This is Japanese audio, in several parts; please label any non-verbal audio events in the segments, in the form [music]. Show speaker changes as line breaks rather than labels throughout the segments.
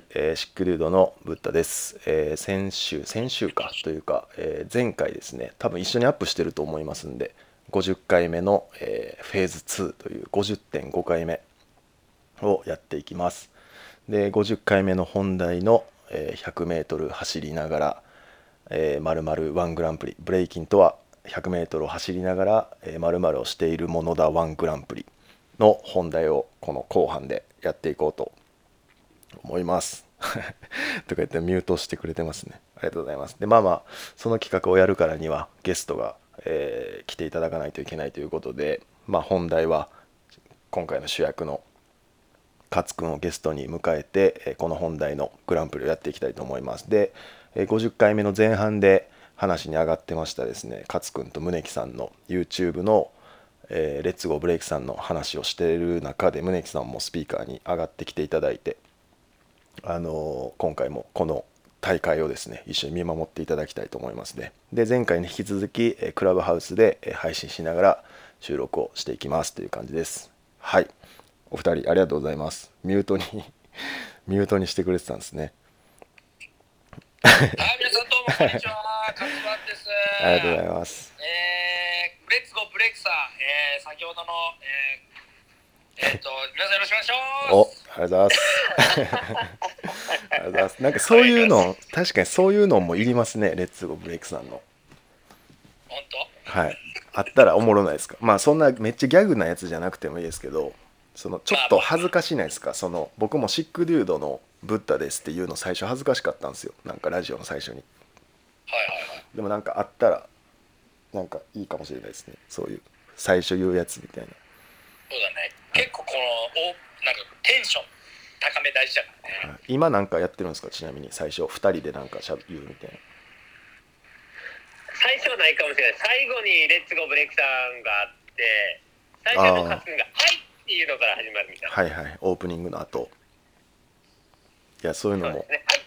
クルードのブッダです、えー先週先週かというか、えー前回ですね多分一緒にアップしてると思いますんで50回目の、えーフェーズ2という50.5回目をやっていきますで50回目の本題の、えー 100m 走りながらえー、〇〇ワングランプリブレイキンとは 100m を走りながら、えー、〇〇をしているものだワングランプリの本題をこの後半でやっていこうと思います。 [laughs] とか言ってミュートしてくれてますね。ありがとうございます。でまあまあその企画をやるからにはゲストが、えー来ていただかないといけないということで、まあ、本題は今回の主役の勝君をゲストに迎えてえーこの本題のグランプリをやっていきたいと思いますでえー50回目の前半で話に上がってましたですね勝君と宗木さんの YouTube の、えーレッツゴーブレイクさんの話をしている中で宗木さんもスピーカーに上がってきていただいてあのー今回もこの大会をですね一緒に見守っていただきたいと思いますねで前回に引き続きえークラブハウスでえー配信しながら収録をしていきますという感じですはいお二人ありがとうございますミュートに [laughs] ミュートにしてくれてたんですね
はい、皆さんどうもこんにちは、カズワンです。
ありがとうございます
えー、レッツゴーブレイクさん、えー、先ほどの、えー、えーと、皆さんよろしく
お
お願いします。
ありがとうございます [laughs] ありがとうございますなんかそういうの確かにそういうのもいりますねレッツゴーブレイクさんの
本当
はいあったらおもろないですかまあそんなめっちゃギャグなやつじゃなくてもいいですけどそのちょっと恥ずかしないですかその僕もシックデュードのブッダですっていうの最初恥ずかしかったんですよなんかラジオの最初に
はいはいはい。
でもなんかあったらなんかいいかもしれないですねそういう最初言うやつみたいな
そうだね。結構この、おなんかテンション高め大事だからね。
はい今なんかやってるんですかちなみに最初2人でなんかしゃべ言うみたいな
最初はないかもしれない最後にレッツゴーブレイクさんがあって最初のカス君が「はい!」っていうのから始まるみたいな、
はいはいオープニングの後いやそういうの
そう
も
ですね「はい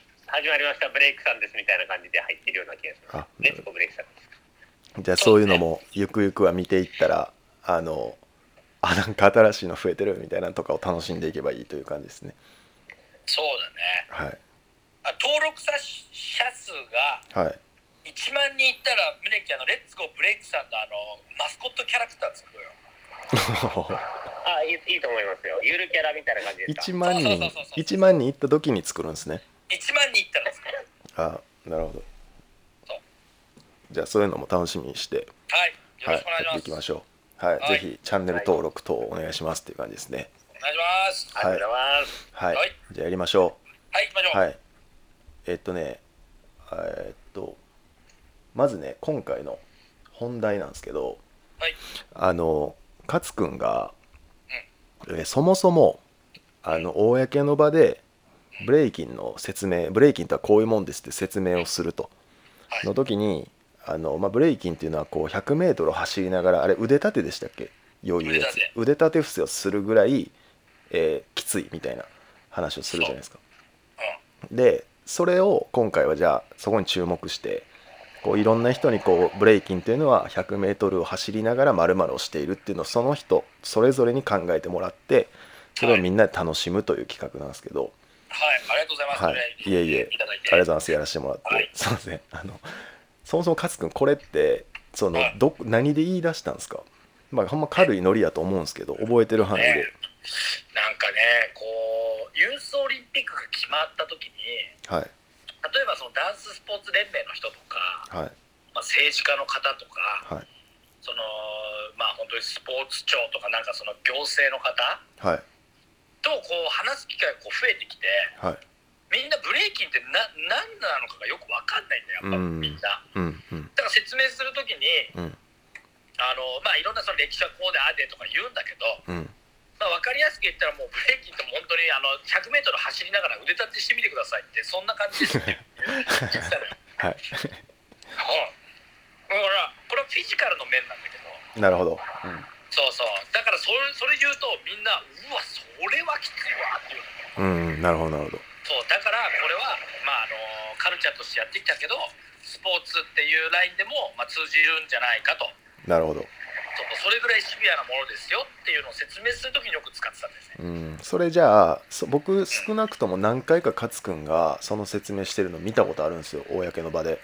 始まりましたブレイクさんです」みたいな感じで入ってるような気がしま
あ
すレッツゴーブレイクさんです
じゃあそういうのもゆくゆくは見ていったらあのあなんか新しいの増えてるみたいなのとかを楽しんでいけばいいという感じですね
そうだね。
はい
あ登録者数が [laughs]
はい
1万人いったら、ミネキあの、レッツゴーブレイクさんのあの、マスコットキャラクター作るよ。
あいいいいと思いますよゆるキャラみたいな感じです
1
か
万
そう
人
そうそうそう
1万人いった時に作るんですね
1万人いったら作る。
あなるほど
そう
じゃあそういうのも楽しみにして
はい、よろ
はい
しくお願い
やってい
し
き
ま。
ますしょうはい、
はい
ぜひチャンネル登録等お願いしますっていう感じですね
お願いします。
ありがとうございます
はい、
はい
じゃあやりましょ
はい、行きましょ
う
う。
はいえっとねえっとまずね今回の本題なんですけど、
はい
あの勝くんが、えーそもそもあの公の場でブレイキンの説明ブレイキンとはこういうもんですって説明をすると、
はい
の時にあの、まあ、ブレイキンっていうのはこう 100m 走りながらあれ腕立てでしたっけ余裕や
腕立
つ
て
腕立て伏せをするぐらい、えーきついみたいな話をするじゃないですか。でそれを今回はじゃあそこに注目してこういろんな人にこうブレイキンというのは 100m を走りながら〇〇をしているっていうのをその人それぞれに考えてもらってそれをみんなで楽しむという企画なんですけど、
はい、ありがとうございます。
はい
これ
いえいえ
ただいて
ありがとうございますやらせてもらって、
はい
すいませんあのそもそも勝君これってその
はい
ど何で言い出したんですかまあほんま軽いノリやと思うんですけど覚えてる範囲で、
なんかねこうユースオリンピックが決まった時に
はい
例えばそのダンススポーツ連盟の人とか、
はい
まあ、政治家の方とか
はい
そのまあ本当にスポーツ庁とかなんかその行政の方
はい
とこう話す機会がこう増えてきて
はい
みんなブレイキンってな何なのかがよく分かんないんだよやっぱ
う
みん
ん
な。
うんうん
だから説明する時に
うん
あの、まあ、いろんなその歴史はこうでああでとか言うんだけど、
うん
まあ、分かりやすく言ったらもうブレイキンって本当にあの 100m 走りながら腕立てしてみてくださいってそんな感じですね言ってたのよ
はい
うんだからこれはフィジカルの面なんだけど
なるほど、
そうそうだからそれそれ言うとみんなうわそれはきついわっていう
うん、うん、なるほどなるほど
そうだからこれは、まあ、あのカルチャーとしてやってきたけどスポーツっていうラインでも、まあ、通じるんじゃないかと
なるほど
ともそれぐらいシビアなものですよっていうのを説明するときによく使ってたんですね。
うん、それじゃあそ僕少なくとも何回か勝くんがその説明してるの見たことあるんですよ公の場で。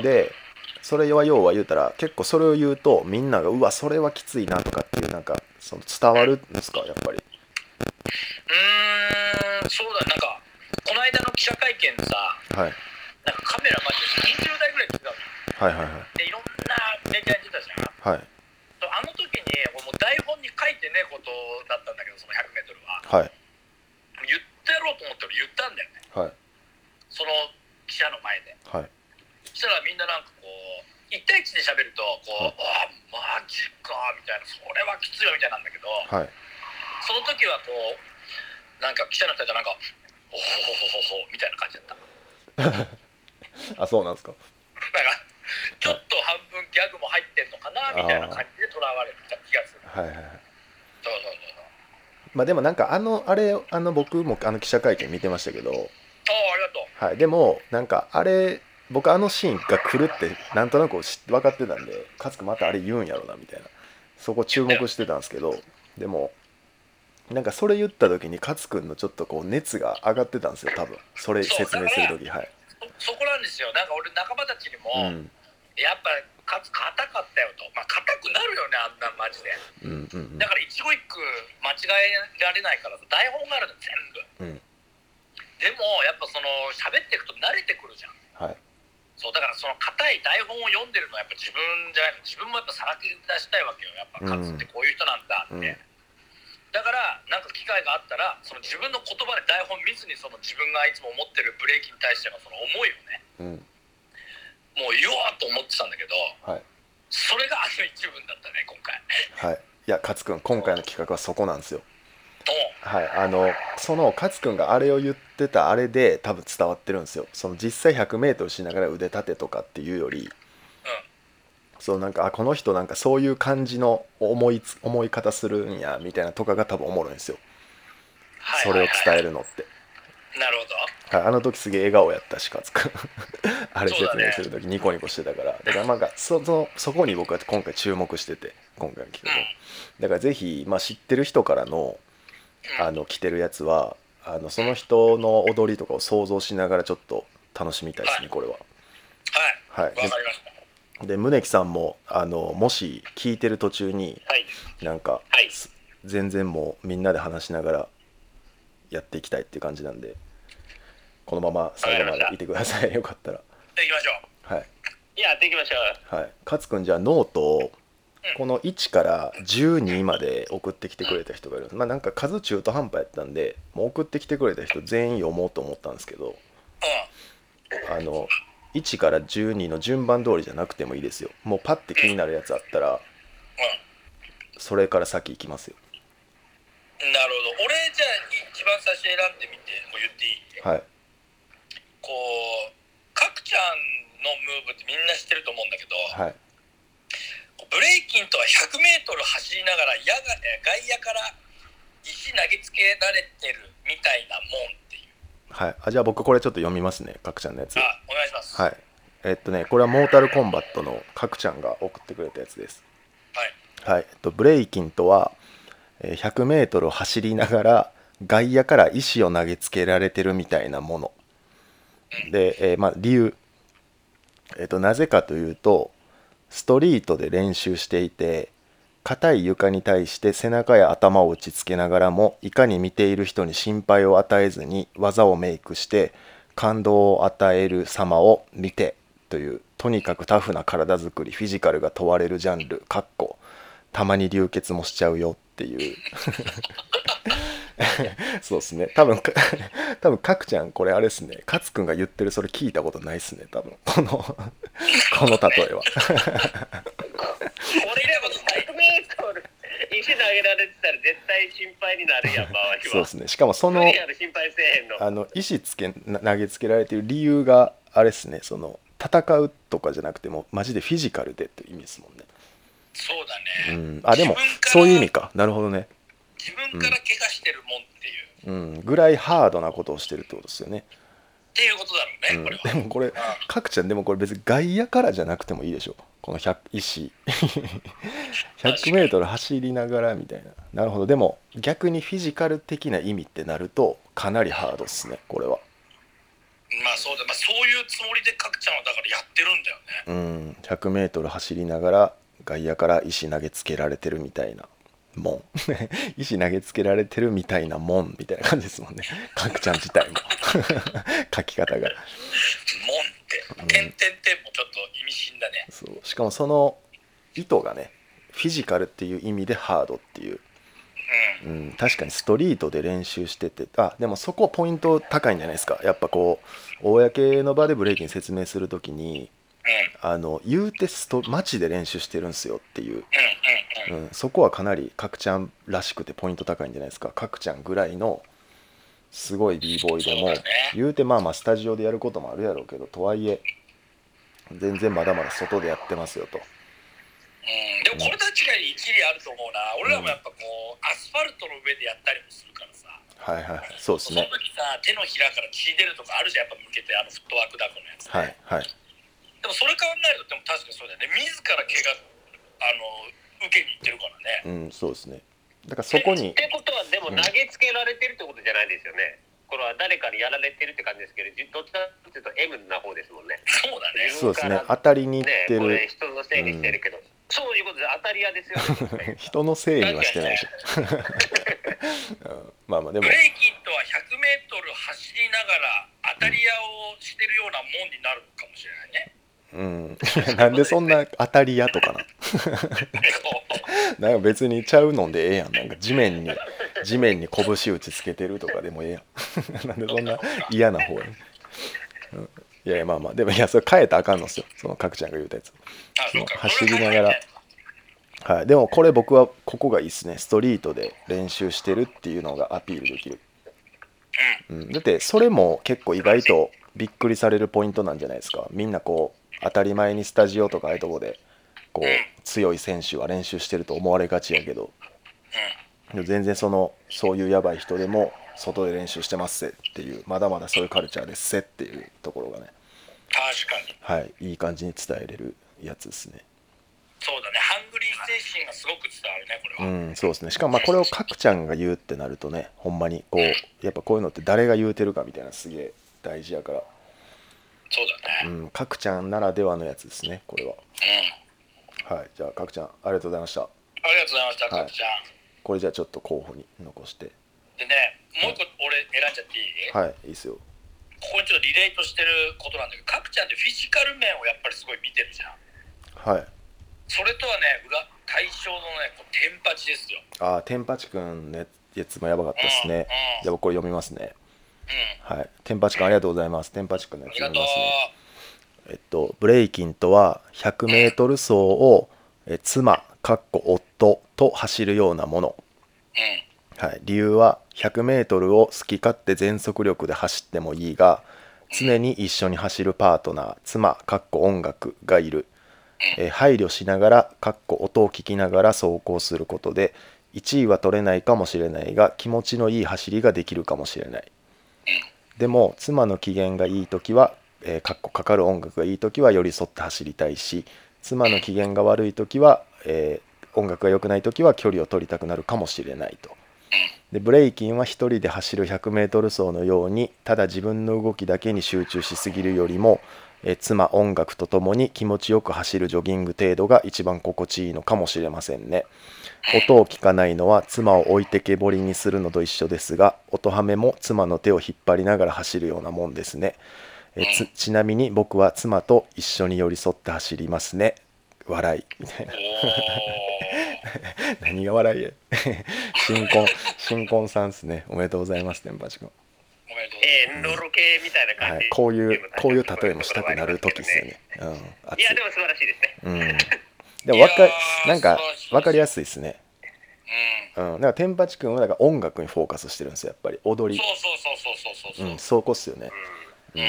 うんうんうん、
でそれは要は言うたら結構それを言うとみんながうわそれはきついなとかっていうなんかその伝わるんですかやっぱり。
うーん、そうだ、なんか、この間の記者会見さ、
はい、
なんかカメラマジで20台ぐらい来てたの
はいはい
で、いろんなメディアに出たじゃん。
はいはい
あの時に、俺もう台本に書いてねえことだったんだけど、その100メートルは。
はい
言ってやろうと思って俺言ったんだよね。
はい
その記者の前で。
はい
そしたらみんななんかこう、1対1で喋ると、こう、ああ、マジか、みたいな、それはきついわ、みたいなんだけど、
はい
その時はこう、なんか記者の人たちはなんか、おほほほほほ、みたいな感じだった。
あそうなんですか。
だからちょっと半分ギャグも入ってんのかなみたいな感じでとらわれてた気がする。
はいはいはい
そうそうそうそう。
まあでもなんかあのあれあの僕もあの記者会見見てましたけど、
ああ、ありがとう。
はい、でもなんかあれ僕あのシーンが来るってなんとなく知分かってたんで勝くまたあれ言うんやろなみたいなそこ注目してたんですけどでもなんかそれ言った時に勝くんのちょっとこう熱が上がってたんですよ多分それ説明する時はい、
そそこなんですよ。なんか俺仲間たちにも、
うん、
やっぱ勝つ硬かったよと。まあ硬くなるよね、あんなマジで。
うんうんうん
だから一語一句間違えられないからさ、台本があるの全部。
うん
でもやっぱその喋っていくと慣れてくるじゃん。
はい
そうだからその硬い台本を読んでるのはやっぱ自分じゃない自分もやっぱさらけ出したいわけよやっぱ勝つってこういう人なんだって、
うんうん
だからなんか機会があったらその自分の言葉で台本見ずにその自分がいつも思ってるブレーキに対してのその思いをね
うん
もう言おうと思ってたんだけど
はい
それがあの一文だったね今回
はいいや勝くん今回の企画はそこなんですよ
どう
はい、あのその勝くんがあれを言ってたあれで多分伝わってるんですよその実際 100m しながら腕立てとかっていうより、そうなんかあこの人なんかそういう感じの思いつ思い方するんやみたいなとかが多分おもろいんですよ、
はい
それを伝え
る
るのって、
なるほど
はい、あの時すげえ笑顔やったし勝くん [laughs] あれ
そう
説
だね
明する時ニコニコしてたからだからなんかそそのそこに僕は今回注目してて今回の企画をだからぜひ、まあ、知ってる人からの
うん
あの着てるやつはあのその人の踊りとかを想像しながらちょっと楽しみたいですねこれは。
はい
はい、
わかりました
でで宗木さんもあのもし聞いてる途中に
はい
なんか、
はい
す全然もうみんなで話しながらやっていきたいっていう感じなんでこのまま最後までいてくださいよかったら。
行きましょう
はい
いやっていきましょう
はい、勝くんじゃあノートをこの1から12まで送ってきてくれた人がいるまあなんか数中途半端やったんでもう送ってきてくれた人全員読もうと思ったんですけど
うん
あの1から12の順番通りじゃなくてもいいですよもうパッて気になるやつあったらそれから先行きますよ
うんなるほど俺じゃあ一番最初に選んでみてもう言っていい
はい
こう角ちゃんのムーブってみんな知ってると思うんだけど、
はい
ブレイキンとは 100m 走りながらやがえー外野から石投げつけられてるみたいなもんっていう
はいあじゃあ僕これちょっと読みますね角ちゃんのやつ
あお願いします
はいえっとねこれはモータルコンバットの角ちゃんが送ってくれたやつです
はい
はいえっと、ブレイキンとはえー 100m 走りながら外野から石を投げつけられてるみたいなもので、えーまあ、理由、えっとなぜかというとストリートで練習していて硬い床に対して背中や頭を打ちつけながらもいかに見ている人に心配を与えずに技をメイクして感動を与える様を見てというとにかくタフな体づくりフィジカルが問われるジャンルかっこたまに流血もしちゃうよっていうそうですね多分か多分かくちゃんこれあれですね勝くんが言ってるそれ聞いたことないですね多分この [laughs] この例え
俺らも
は
100メートル石投げられてたら絶対心配になるやん場合は
そうですねしかもそ
無
の
理やろ心配せえへんの
あの石つけな投げつけられてる理由があれですねその戦うとかじゃなくてもうマジでフィジカルでっていう意味ですもんね
そうだ
う
ね、
んあでもそういう意味かなるほどね
自分から怪我してるもんっていう、
うんぐらいハードなことをしてるってことですよね
っていうことだろうね、こ
うん
れは。
でもこれ
う
角ちゃんでもこれ別に外野からじゃなくてもいいでしょこの100石 [laughs] 100m 走りながらみたいななるほどでも逆にフィジカル的な意味ってなるとかなりハードっすねこれは
んまあそうだ、まあ、そういうつもりで角ちゃんはだからやってるんだよね。
うん 100m 走りながら外野から石投げつけられてるみたいなもん [laughs] 石投げつけられてるみたいなもんみたいな感じですもんね角ちゃん自体も [laughs] 書き方が
もんって。点点点もちょっと意味深だね。
そうしかもその意図がねフィジカルっていう意味でハードっていう、
うん。
うん、確かにストリートで練習しててあでもそこポイント高いんじゃないですかやっぱこう公の場でブレイキン説明する時に
うん。
あの言うてスト街で練習してるんすよっていう、
うん。うん。うん。
うん、そこはかなり角ちゃんらしくてポイント高いんじゃないですか角ちゃんぐらいのすごい b ボーイで
そう
も、
だね
言うてまあまあスタジオでやることもあるやろうけどとはいえ全然まだまだ外でやってますよと。
うん、でもこれ確かに一理あると思うな。俺らもやっぱこう、アスファルトの上でやったりもするからさ。
はいはいはいそうで
そ
す
の
ね
時さ、手のひらから血出るとかあるじゃん、やっぱ向けて、あのフットワークだこのやつ。
はいはい
でもそれ考えると、でも確かにそうだよね。自ら怪我、あの、受けに行ってるからね。
うんそうですねだからそこ
っ
に
てことはでも
うん
投げつけられてるってことじゃないですよね、これは誰かにやられてるって感じですけどじどっちかっていうと M な方ですもんね
そうだね。
そうですね当たりに行
ね
って
これ
る
人のせいにしてるけど、そういうことで当たり屋ですよね
人のせいにはしてないでしょ、うん、まあまあでも
[laughs] ブレイキンとは100メートル走りながら当たり屋をしてるようなもんになるかもしれない
[laughs]
ね。
うん [laughs] なんでそんな当たり屋とかななんか別にちゃうのんでええやんなんか地面に地面に拳打ちつけてるとかでもええやん [laughs] なんでそんな嫌な方やね、うんいやいやまあまあでもいやそれ変えたらあかんのっすよその角ちゃんが言うたやつ
あそうか
走りながらはい、でもこれ僕はここがいいですねストリートで練習してるっていうのがアピールできる、うん、だってそれも結構意外とびっくりされるポイントなんじゃないですかみんなこう当たり前にスタジオとかああいうとこでこう強い選手は練習してると思われがちやけどでも全然そのそういうやばい人でも外で練習してますぜっていうまだまだそういうカルチャーですぜっていうところがね、
確かに。
はい、いい感じに伝えれるやつですね
そうだね。ハングリー精神がすごく伝わるね、これ
う
は。
ん、そうですね。しかもまあこれを角ちゃんが言うってなるとね、ほんまにこう、やっぱこういうのって誰が言うてるかみたいなすげえ大事やから、
そうだ
う
ね。うん。
ん、角ちゃんならではのやつですね、これは。はい、じゃあ角ちゃん、ありがとうございました。
ありがとうございました、
はい
かっちゃん。
これじゃあちょっと候補に残して。
でね、もう一個俺選んじゃっていい、
はい、いいっすよ。
ここにちょっとリレートしてることなんだけど、かっちゃんってフィジカル面をやっぱりすごい見てるじゃん。
はい。
それとはね、裏対象のね、こうテンパチですよ。
ああ、天八くんのやつもやばかったですね。
うん
じゃあ僕これ読みますね。
うん。
はい。天八くんありがとうございます。天八くんの
あ
やつ
りが
読
とう。
みますね。えっと、ブレイキンとは 100m 走をえ妻かっこ夫と走るようなもの、
うん。
はい、理由は 100m を好き勝手全速力で走ってもいいが常に一緒に走るパートナー妻かっこ音楽がいる、え配慮しながらかっこ音を聞きながら走行することで1位は取れないかもしれないが気持ちのいい走りができるかもしれないでも妻の機嫌がいい時は、えーかっこかかる音楽がいい時は寄り添って走りたいし妻の機嫌が悪い時は、えー音楽が良くない時は距離を取りたくなるかもしれないと。でブレイキンは一人で走る 100m 走のようにただ自分の動きだけに集中しすぎるよりも、えー妻音楽とともに気持ちよく走るジョギング程度が一番心地いいのかもしれませんね。音を聞かないのは妻を置いてけぼりにするのと一緒ですが音ハメも妻の手を引っ張りながら走るようなもんですねえつちなみに僕は妻と一緒に寄り添って走りますね笑いみたいな
おー
何が笑い [laughs] や新婚新婚さんっすねおめでとうございます天八君、
おめでとうございます。
[laughs] えー、のろけみたいな
は
感じ、
い、こういうこういう例えもしたくなる時っすよねうん
い
熱い
やでも素晴らしいですね
うんでもわか
いやー
なんか
素晴らしい
分かりやすいですね
うん
うん、なんか天八君はなんか音楽にフォーカスしてるんですよやっぱり踊り、
そうそうそうそうそうそうう。うん
そうこっすよね。
ん。じ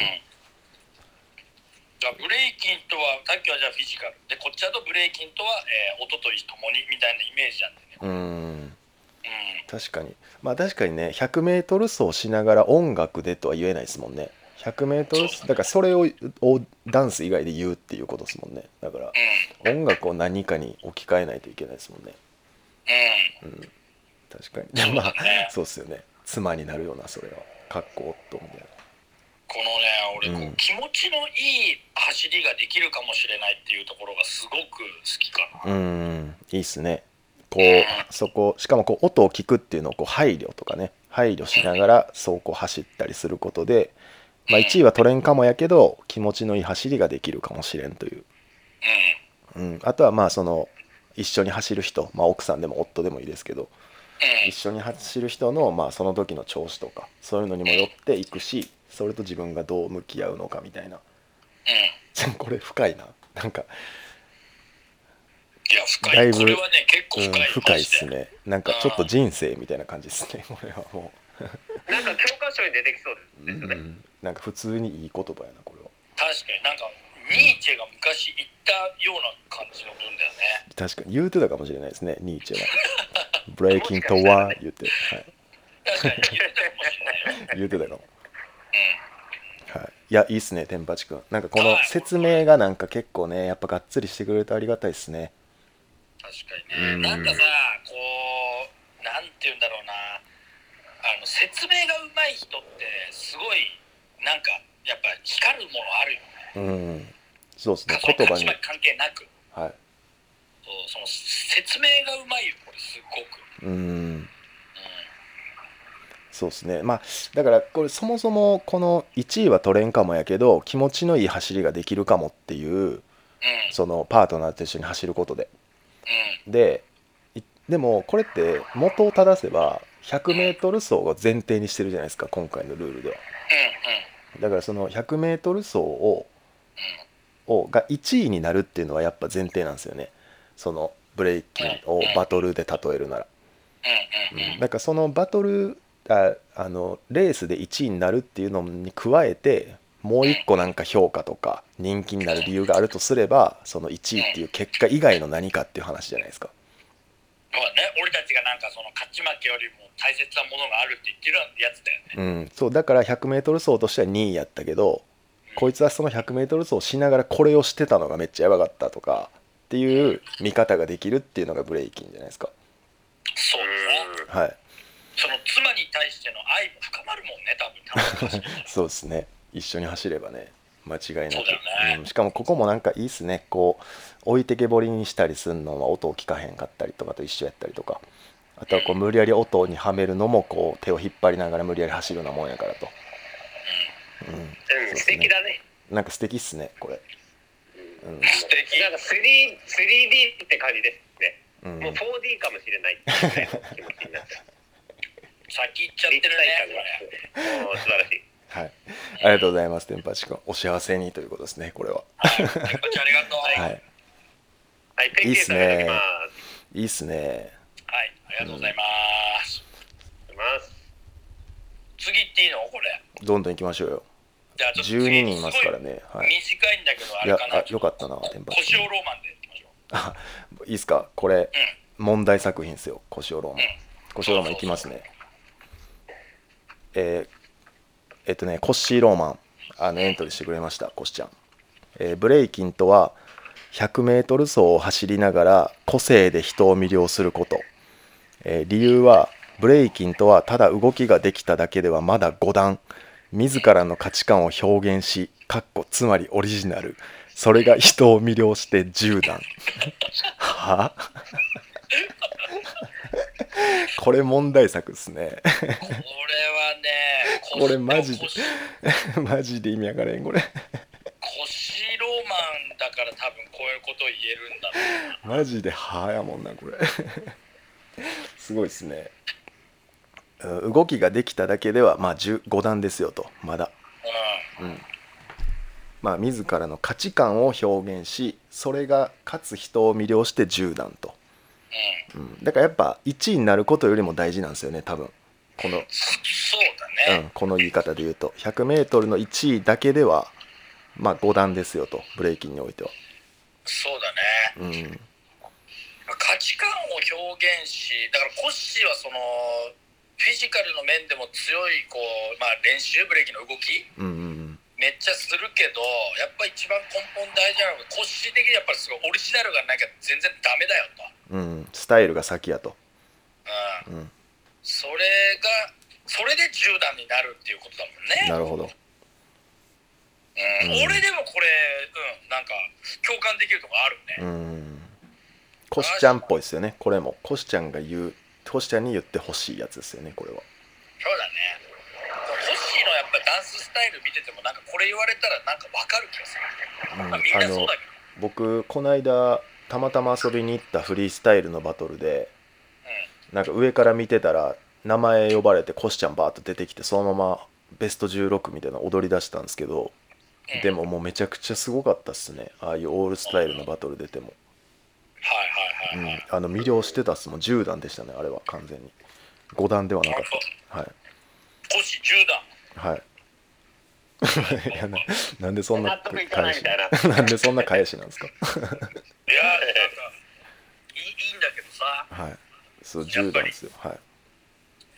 ゃあブレイキンとはさっきはじゃあフィジカルでこっちだとブレイキンとは、えー、音とともにみたいなイメージなんでね。
うん、
うん。
確かに。まあ確かにね、100メートル走しながら音楽でとは言えないですもんね。 100m だからそれををダンス以外で言うっていうことですもんねだから
う
音楽を何かに置き換えないといけないですもんね
ん、
確かにでまあそうっすよね妻になるようなそれはかっこ夫みたいな
このね俺こう、
うん
気持ちのいい走りができるかもしれないっていうところがすごく好きかな
うーんいいっすねこうそこしかもこう音を聞くっていうのをこう配慮とかね配慮しながら走行走ったりすることで、まあ、1位は取れんかもやけど気持ちのいい走りができるかもしれんという、
うん
うん、あとはまあその一緒に走る人、まあ、奥さんでも夫でもいいですけど
うん
一緒に走る人のまあその時の調子とかそういうのにもよっていくしそれと自分がどう向き合うのかみたいな [laughs]
うん
これ深いななんか
いや深い
だいぶ
これはね結構深い、
うん、深いです
マジで
ねなんかちょっと人生みたいな感じですねこ [laughs] れはも
なんか教科書に出てきそう
う、
ですよね。
なんか普通にいい言葉やなこれは
確かになんかニーチェが昔言ったような感じの文だよね
確かに言うてたかもしれないですねニ
[laughs]
ーチェは「ブレイキンとは」言って、はい、
確かに言ってたかもしれないよ、
言うてたかも、
うん
はい、いやいいっすね天八くんなんかこの
はい
説明がなんか結構ねやっぱがっつりしてくれるとありがたいですね
確かにね、
うん
なんかさこうなんて言うんだろうなあの説明がうまい人ってすごいなんかやっぱ光るものあるよね
うんそうですね
か
言葉
勝ち
に
負け関係なく
はい
そうその説明がうまいよこれすごく、
うん
う
そうですねまあだからこれそもそもこの1位は取れんかもやけど気持ちのいい走りができるかもっていうそのパートナーと一緒に走ることで
ん
でいでもこれって元を正せば 100m 走を前提にしてるじゃないですか今回のルールでは
うんうんうんうん
だからその 100m 走ををが1位になるっていうのはやっぱ前提なんですよねそのブレイキンをバトルで例えるなら、
うんうんうん
うん、だからそのバトルああのレースで1位になるっていうのに加えてもう一個なんか評価とか人気になる理由があるとすればその1位っていう結果以外の何かっていう話じゃないですか
そうだね、俺たちがなんかその勝ち負けよりも大切なものがあるって言ってるやつだよね。
うん、そうだから 100m 走としては2位やったけどこいつはその 100m 走をしながらこれをしてたのがめっちゃやばかったとかっていう見方ができるっていうのがブレイキンじゃないですか
そうだな。
う
はい
その妻に対しての愛も深まるもんね、多分。多分
そうですね一緒に走ればね間違いなく
そうだよね
んしかもここもなんかいいっすねこう置いてけぼりにしたりすんのは音を聞かへんかったりとかと一緒やったりとかあとはこう無理やり音にはめるのもこう手を引っ張りながら無理やり走るようなもんやからと、うん
うん、素敵だね。
ん、なんか素敵っすねこれ、うん
素敵。
なんか 3D, 3D って感じですね。
うん
もう 4D かもしれないっていうぐらいの気持ちになった。
先行っちゃって
立
る
体感が
ね、これ。
もう素晴らしい。
はい、ありがとうございます、天八君。お幸せにということですね、これは。
はい、こっちありがとう。
は
はい、
い、
はい、ペン
いいっ
キ
す
さん
ね
いただきます。
いいっすね。
ありがとうございます。
いただきます
次行っていいのこれ。
どんどん行きましょうよ。
じゃあちょっと次
12人いますからね。
ご
はいい、
短いんだけど、あ
い
れ
や
かな。
あ、よかったな、天八
腰を
君。
ローマンでいきましょう。
あいいっすか、これ、
うん。
問題作品ですよ、コシオローマ
う
ン
ん。
コシオローマンいきますね。えーえっとね、コッシーローマン、あのエントリーしてくれました、コシちゃん。えーブレイキンとは、100m 走を走りながら個性で人を魅了すること。えー理由はブレイキンとはただ動きができただけではまだ5段自らの価値観を表現しかっこつまりオリジナルそれが人を魅了して10段は [laughs] あこれ問題作ですね
これはね、
[laughs] これマジで
腰
[laughs] マジで意味わからへんこれ
腰ローマンだから多分こういうことを言えるんだろうな。
マジではあやもんなこれすごいですねうん動きができただけではまあ10 5段ですよとまだ
う
まあ、自らの価値観を表現しそれがかつ人を魅了して10段と、
ん。うん。
うん、だからやっぱ1位になることよりも大事なんですよね多分この、
そう
う
だね。
ん、この言い方で言うと 100m の1位だけではまあ5段ですよとブレイキンにおいては、
そうだね。
うん、
価値観を表現し、だからコッシーはそのフィジカルの面でも強いこうまあ練習ブレーキの動き
うんうん
めっちゃするけどやっぱ一番根本大事なのが個性的にやっぱりすごいオリジナルがなきゃ全然ダメだよと、
うん、スタイルが先やと、
うん、
うん、
それがそれで10段になるっていうことだもんね
なるほど
うん
うん
俺でもこれ、うん、なんか共感できるとこある
う
ね、
んコシちゃんっぽいですよねこれもコシちゃんが言うコシちゃんに言ってほしいやつですよねこれは
そうだねこのホッシーのやっぱダンススタイル見ててもなんかこれ言われたらなんかわかる気がする、
うん
まあ、みんなそうだけど
僕こないだたまたま遊びに行ったフリースタイルのバトルでなんか上から見てたら名前呼ばれてコシちゃんバーッと出てきてそのままベスト16みたいなの踊り出したんですけど
うんうん
でももうめちゃくちゃすごかったっすねああいうオールスタイルのバトル出ても、
はいは
う
いはい、はい
ん、あの魅了してたっすもん10段でしたねあれは完全に5段ではなかったはい
コッシー10段
はい [laughs] いやななんでそんな
納得いかないみたいな。
返し [laughs] なんでそんな返しなんですか
いやーなんかいいいいんだけどさ
はいそう10段ですよはい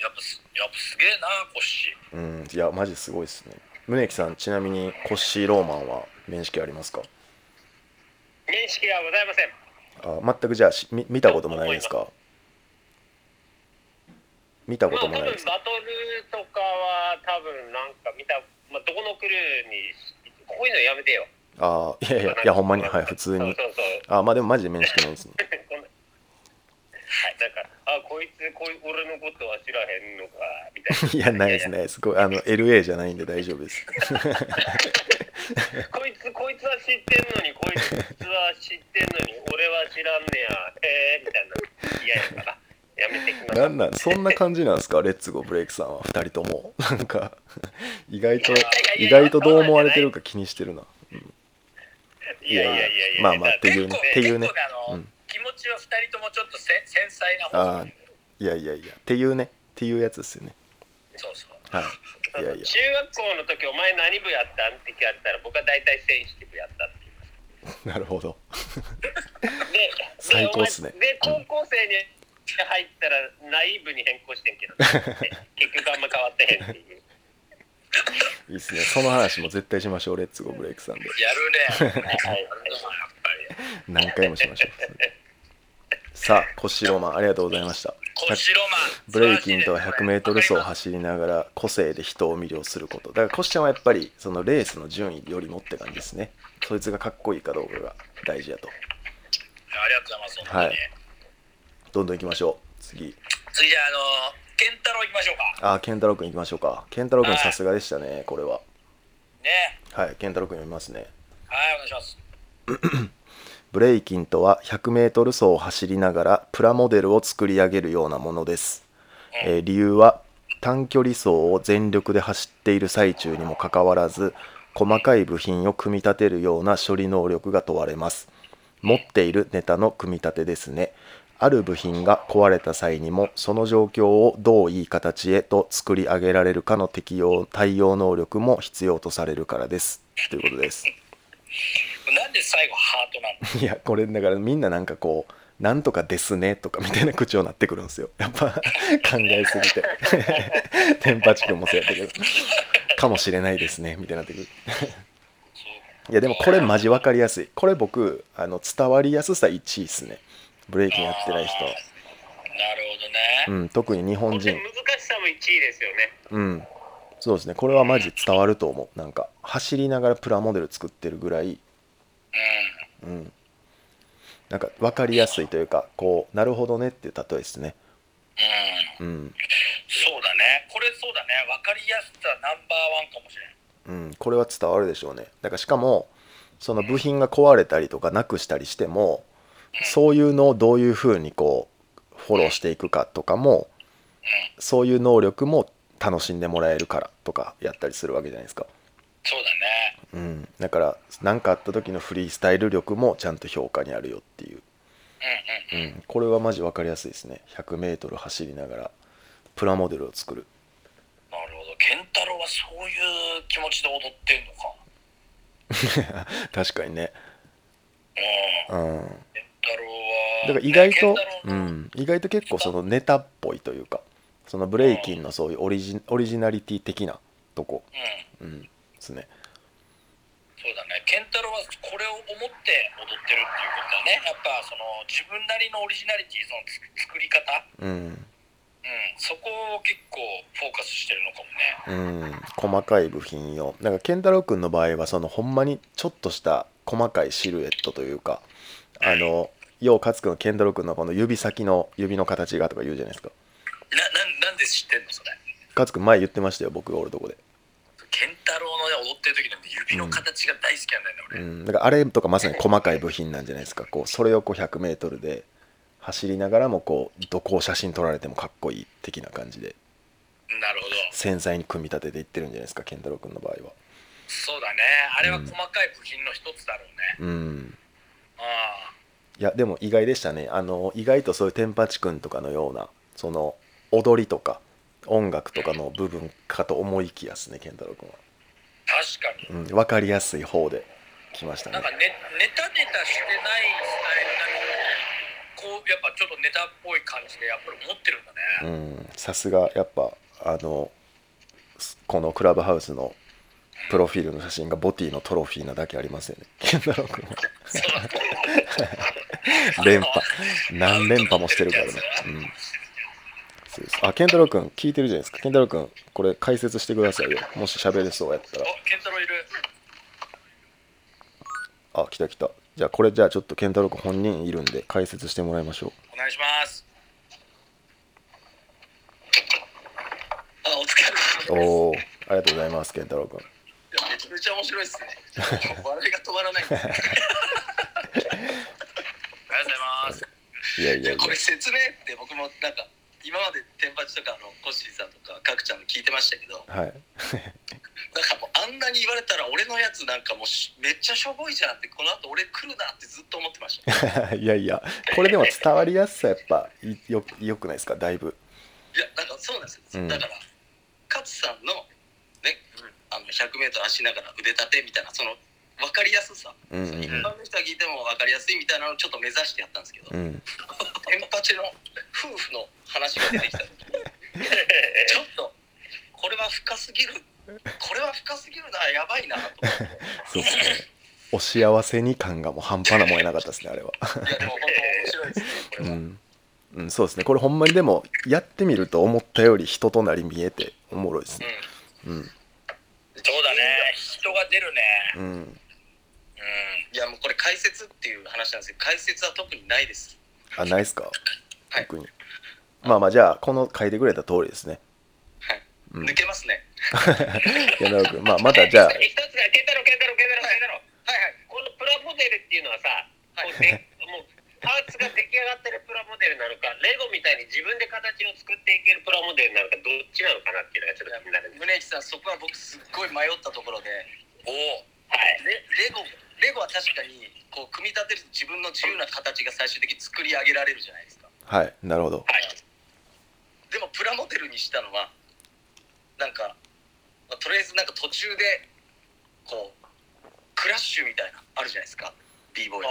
やっぱすやっぱすげえなコッシー
うんいやマジすごいっすね宗木さんちなみにコッシーローマンは面識ありますか
面識がございません。
あ全くじゃあし見見たこともないですか見たこ
ま
と
あ多
もない
分
ですか
バトルとかは多分なんか見た、まあ、どこのクルーにこういうのやめてよ。
あーいやいやいやほんまにはい普通に
そうそうそう。
あまあでもマジで面識ないですね
ごめんはい、だからあこいつこい俺のことは知らへんのかみたいな。
[laughs] いやないですねすごいあの LA じゃないんで大丈夫です [laughs]
こいつこいつは知ってんのにこいつは知ってんのに [laughs] 俺は知らんねやへえみたいな嫌やからやめてきました
なんなんそんな感じなんですかレッツゴーブレイクさんは2人ともなんか意外と意外とどう思われてるか気にしてるない
やいやいやいや
まあまあ
だ
っていうね
結構
っていうね
結構あの
うん
気持ちは2人ともちょっとせ繊細な
あ
方
ーいやいやいやっていうねっていうやつですよね
そうそう
はいいやいや
中学校の時お前何部やったんって聞かれたら僕は大体選手部やったって言います
なるほど
で
[laughs] 最高っすね
でお前で高校生に入ったら内部に変更してんけど、
[laughs]
結局あんま変わってへんっていう
いいっすねその話も絶対しましょうレッツゴーブレイクさん [laughs] で
やる
はい
ねやっぱり
何回もしましょうさあコッシーローマンありがとうございました
コシロマン
ブレイキンとは 100m 走を走りながら個性で人を魅了することだからコシちゃんはやっぱりそのレースの順位よりもって感じですねそいつがかっこいいかどうかが大事やと
ありがとうございます本当に、
はいどんどん行きましょう次
次じゃああの健太郎行きましょうか
ああ健太郎くん行きましょうか健太郎くんさすがでしたねこれは
ね
はい健太郎くん読みますね
はいお願いします
ブレイキンとは 100m 走を走りながらプラモデルを作り上げるようなものです、えー理由は短距離走を全力で走っている最中にもかかわらず細かい部品を組み立てるような処理能力が問われます持っているネタの組み立てですねある部品が壊れた際にもその状況をどういい形へと作り上げられるかの適用対応能力も必要とされるからですということです
なんで最後ハートなの
[laughs] いやこれだからみんななんかこう「なんとかですね」とかみたいな口調になってくるんですよやっぱ考えすぎて [laughs] テンパチ君もそうやったけど「かもしれないですね」みたいになってくるいやでもこれマジ分かりやすいこれ僕あの伝わりやすさ1位っすねブレイキンやってない人は
なるほどね、
うん特に日
こ
本
っち
人
難しさも1位ですよね
うんそうですねこれはマジ伝わると思うなんか走りながらプラモデル作ってるぐらいうん、なんか分かりやすいというかこうなるほどねっていう例えですね、
うんうん
うん
そうだねこれそうだね分かりやすさナンバーワンかもしれない
うん、これは伝わるでしょうねだからしかもその部品が壊れたりとかなくしたりしてもそういうのをどういうふうにこうフォローしていくかとかもそういう能力も楽しんでもらえるからとかやったりするわけじゃないですか、
そうだね
うん、だから何かあった時のフリースタイル力もちゃんと評価にあるよっていう
うんうん
うん、これはマジ分かりやすいですね 100m 走りながらプラモデルを作る [laughs]
なるほど健太郎はそういう気持ちで踊ってんのか
確かにね、
うん
うん、
健太郎
だ
は
から意外と
ね、健
う
太郎の
ん、意外と結構そのネタっぽいというかそのブレイキンのそういうオリジオリジナリティ的なとこ、
うん
うん、ですね
そうだね健太郎はこれを思って踊ってるっていうことだねやっぱその自分なりのオリジナリティそのつ作り方、う
うん
ん、そこを結構フォーカスしてるのかもね
うん細かい部品をなんか健太郎君の場合はそのほんまにちょっとした細かいシルエットというかあのよう勝君健太郎君のこの指先の指の形がとか言うじゃないですか
ななんなんで知ってんのそれ
勝君前言ってましたよ僕がおるとこで、
健太郎のね踊ってる時なんて指の形が大好きなんだよ
う
ね、俺、
ん、なんかあれとかまさに細かい部品なんじゃないですかこうそれをこう 100m で走りながらもこうどこを写真撮られてもかっこいい的な感じで
なるほど
繊細に組み立てていってるんじゃないですか健太郎君の場合は
そうだねあれは細かい部品の一つだろうね、
うん
ああ
いやでも意外でしたねあの意外とそういう天八くんとかのようなその踊りとか音楽とかの部分かと思いきやですね健太郎君は、
確かに
うん、分かりやすい方で来ました
な
ね
んかネネタネタしてないスタイルなのにこうやっぱちょっとネタっぽい感じでやっぱり持ってるんだ
う
ね、
んさすがやっぱあのすこのクラブハウスのプロフィールの写真がボティのトロフィーなだけありますよね健太郎君は
そう
連覇何連覇もしてるからね、うん、そうですあ健太郎君聞いてるじゃないですか健太郎君これ解説してくださいよもし喋れそうやったら
お健太郎いる
あ来た来たじゃあこれじゃあちょっと健太郎君本人いるんで解説してもらいましょ
お願いしますあお疲れ [laughs] 様
う
です
おおありがとうございます健太郎君
いやめちゃめちゃ面白いですね笑いが止まらないありがとうございます
いやい
い
や
や
いや
これ説明って僕もなんか今まで天八とかあのコッシーさんとか角ちゃんの聞いてましたけど
はい
なんかもうあんなに言われたら俺のやつなんかもうしめっちゃしょぼいじゃんってこの後俺来るなってずっと思ってました
[laughs]
い
いやいやこれでも伝わりやすさやっぱいよよくないですかだいぶ
やなんかそうなんですよ、
うん
だから勝さんのねあの 100m 走りながら腕立てみたいなその分かりやすさ
うんう
一
ん
般の人が聞いても分かりやすいみたいなのをちょっと目指してやったんですけど
うんうん
天八の夫婦の話が出てきた時に
[laughs]
ちょっとこれは深すぎるこれは深すぎるなやばいなと思って
そうですねお幸せに感がもう半端なもんやなかったですねあれはい
やでも本当面白いですねこ
う
れは、
ん、うん、そうですねこれほんまにでもやってみると思ったより人となり見えておもろいですねうん
[laughs] そうだね人が出るね
うん
うんいやもうこれ解説っていう話なんですけど解説は特にないです
あないっすか
はい
特にまあまあじゃあこの書いてくれた通りですね
はい、
うん
抜けますね
健太郎君まあまたじゃあ
一つが、ケンタロウ、ケンタロウ、ケンタロウ、ケンタロウ。はいはい。このプラモデルっていうのはさ、
はい
こうでもうパーツが出来上がってるプラモデルなのか、レゴみたいに自分で形を作っていけるプラモデルなのか、どっちなのかなっていうのがちょっと気になるんです。
宗一さんそこは僕すっごい迷ったところでおお
はい。
レレゴレゴは確かにこう組み立てると自分の自由な形が最終的に作り上げられるじゃないですか
はいなるほど
はい、でもプラモデルにしたのはなんか、まあとりあえずなんか途中でこうクラッシュみたいなあるじゃないですか b ボーイの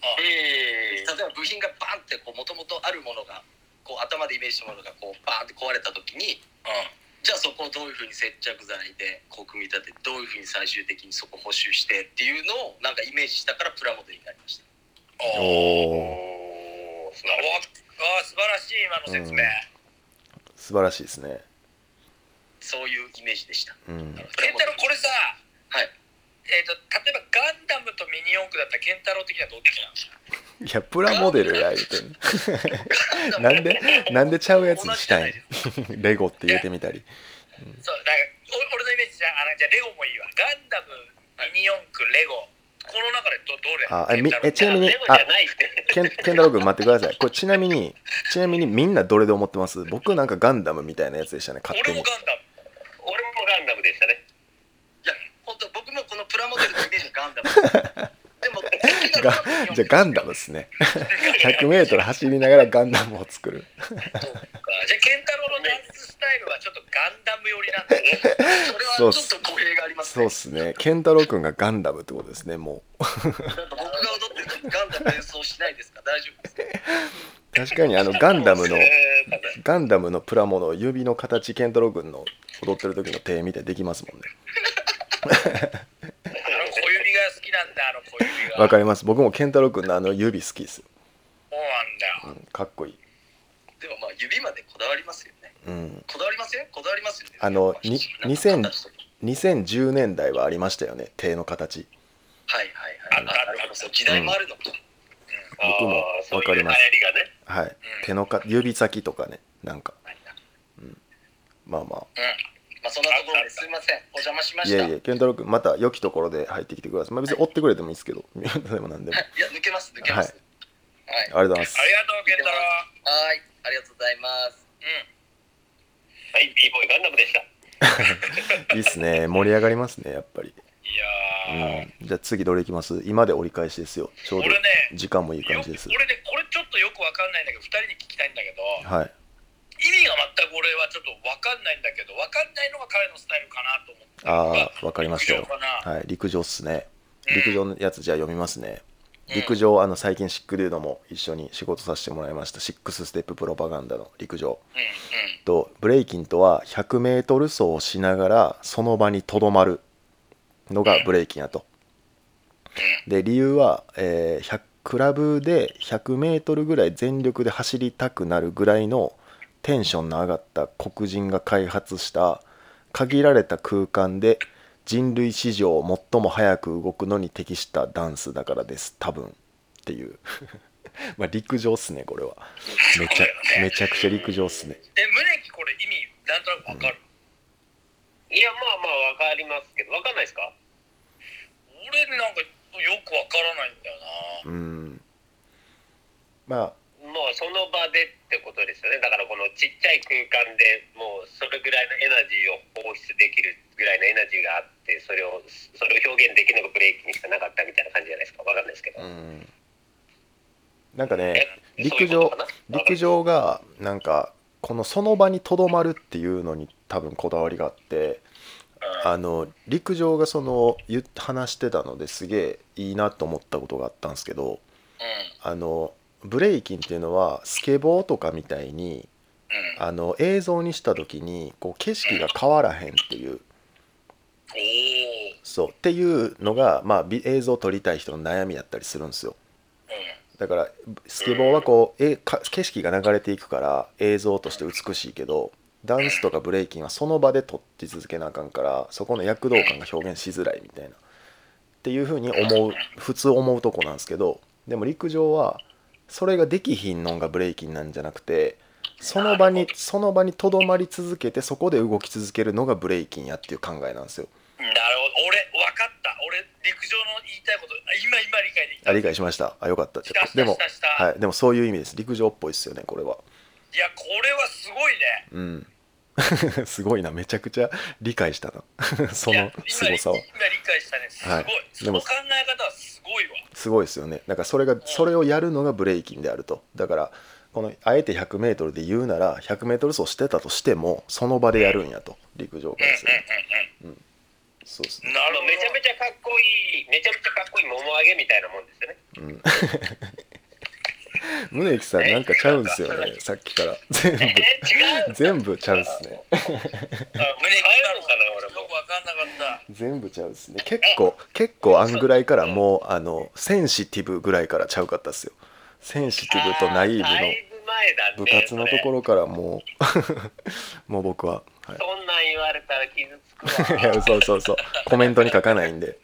例えば部品がバンってこう元々あるものがこう頭でイメージしたものがこうバーンって壊れた時に、じゃあそこをどういうふうに接着剤でこう組み立ててどういうふうに最終的にそこ補修してっていうのをなんかイメージしたからプラモデルになりました。
お
おー
お
あ素晴らしい今
の説明うん素晴らしいですね
そういうイメージでした。
うん
ケンタロウこれさ、
はい
えー、と例えばガンダムとミニ四駆だったらケンタロウ的にはどっちなの
いやプラモデルや言うてんなん [laughs] でなんでちゃうやつにしたいんレゴって言うてみたり
そうだからお俺のイメージじゃああのじゃあレゴもいいわガンダムミニ四駆レゴこの中でどどれ
あえみえち
ケンタロウ
なみに
レゴじゃないって。
ケンケンタロウ君待ってくださいこれちなみにちなみにみんなどれで思ってます僕なんかガンダムみたいなやつでしたね勝手
俺
に
もガンダム
俺もガンダムでしたね。
いや本当僕もこのプラモデルのイメージガン
[laughs]
ダムでも敵が
がじゃあガンダ
ム
ムですね 100m 走りながらガンダムを作る
じゃあケンタロウのダンススタイルはちょっとガンダム寄りなんだね
それはちょっと語弊があります
そう
ね
っすねケンタロウ君がガンダムってことですねもう
なんか僕が踊ってる時ガンダム演奏しないです
[laughs]
か大丈夫ですか
確かにあのガンダムの
えー
ガンダムのプラモの指の形ケンタロウ君の踊ってる時の手見てできますもんね
あの小指
わかります僕も健太郎君のあの指好きですよ、
そうなんだよ
うん、かっこいい、
でもまあ指までこだわりますよね
うん、
こだわりませんこだわりますよね
あのに
なんか
2000
形とか
2010年代はありましたよね手の形
はいはい
あ
はいあなるほどそう時代もあるのか、
僕も
あーそう
わかります
いう流行りがね
はい、
うん
手のか指先とかねなんか
はいはい
まあま
まあそんなところですいませんお邪魔しま
あい
した
やいや健太郎君また良きところで入ってきてくださいまあ別に追ってくれてもいいですけど [laughs] でもなんでも
いや抜けます抜けますはい
ありがとうございます
ありがとう健太郎
はいありがとうございます
う
は
ん
い、b ボーイガンダムでした。
いいっすね盛り上がりますねやっぱり、
いやー、
うん、じゃあ次どれいきます今で折り返しですよちょうど
俺ね
時間もいい感
よ
じです
俺ねこれちょっとよくわかんないんだけど2人に聞きたいんだけど
はい
意味が全く俺はちょっとわかんないんだけどわかんないのが彼のスタイルかなと思って
ああわかりましたよ
陸上かな
はい陸上っすね
うん
陸上のやつじゃあ読みますね
うん
陸上あの最近シックデュードも一緒に仕事させてもらいましたシックスステッププロパガンダの陸上
うんうん
とブレイキンとは 100m 走をしながらその場にとどまるのがブレイキンやと。で理由は、えー100クラブで 100m ぐらい全力で走りたくなるぐらいのテンションの上がった黒人が開発した限られた空間で人類史上最も早く動くのに適したダンスだからです多分っていう [laughs] まあ陸上っすねこれはめちゃめちゃくちゃ陸上っすね
え胸木これ意味なんとなくわかる、
いや、まあまあ、わかりますけど、わかんないですか
俺なんかよくわからないんだよな
うんまあ
もうその場でってことですよね。だから、このちっちゃい空間でもう、それぐらいのエナジーを放出できるぐらいのエナジーがあって、それを、それを表現できるのがブレーキにしかなかったみたいな感じじゃないですか。わかんないですけど。
うんなんかね
え
陸
そういう
上
ことかな
陸上がなんかこのその場にとどまるっていうのに多分こだわりがあってあの陸上がその言っ話してたのですげえいいなと思ったことがあったんですけ
う
ど
ん
あのブレイキンっていうのはスケボーとかみたいに
うん
あの映像にした時にこう景色が変わらへんっていう
おお
そうっていうのが、まあ、び映像を撮りたい人の悩みだったりするんですよだからスケボーはこうえか景色が流れていくから映像として美しいけどダンスとかブレイキンはその場で撮って続けなあかんからそこの躍動感が表現しづらいみたいなっていうふうに思う普通思うとこなんですけどでも陸上はそれができひんのんがブレイキンなんじゃなくてその場にその場にとどまり続けてそこで動き続けるのがブレイキンやっていう考えなんですよ。
なるほど俺わかった俺陸上の言いたいことあ今今理解できた
あ理解しましたあよかった
したした
でも
したした
はいでもそういう意味です陸上っぽいですよねこれはい
やこれはすごいね
うん [laughs] すごいなめちゃくちゃ理解したな [laughs] そ
いや
の凄さを
今今理解したねすごい、
はいで
そ
も
の考え方はすごいわ
すごいですよねだからそれがそれをやるのがブレイキンであるとだからこのあえて 100m で言うなら 100m 走してたとしてもその場でやるんやと陸上からする
う
とそうです
んうんうん
ね
な
あ
る
の
ほど
めちゃめちゃかっこいい、めちゃめちゃかっこいい桃上げみたいなもんですよね。
うん宗行さんなんかちゃうんすよねさっきから [laughs] 全部
え、違う。
全部ちゃうっすね
あ
胸木
変え
な
る
の
の
か
かな、
な
俺
俺もよ
も
く。わかんなかった
全部ちゃうですね結構結構あんぐらいからもうあのセンシティブぐらいからちゃうかったっすよセンシティブとナイーブ
あーだい
の
ぶ前だね
部活のところからもう [laughs] もう僕は、はい
それそんなん言われたら傷つく
[laughs]
わ。
いや [laughs] そうそうそうコメントに書かないんで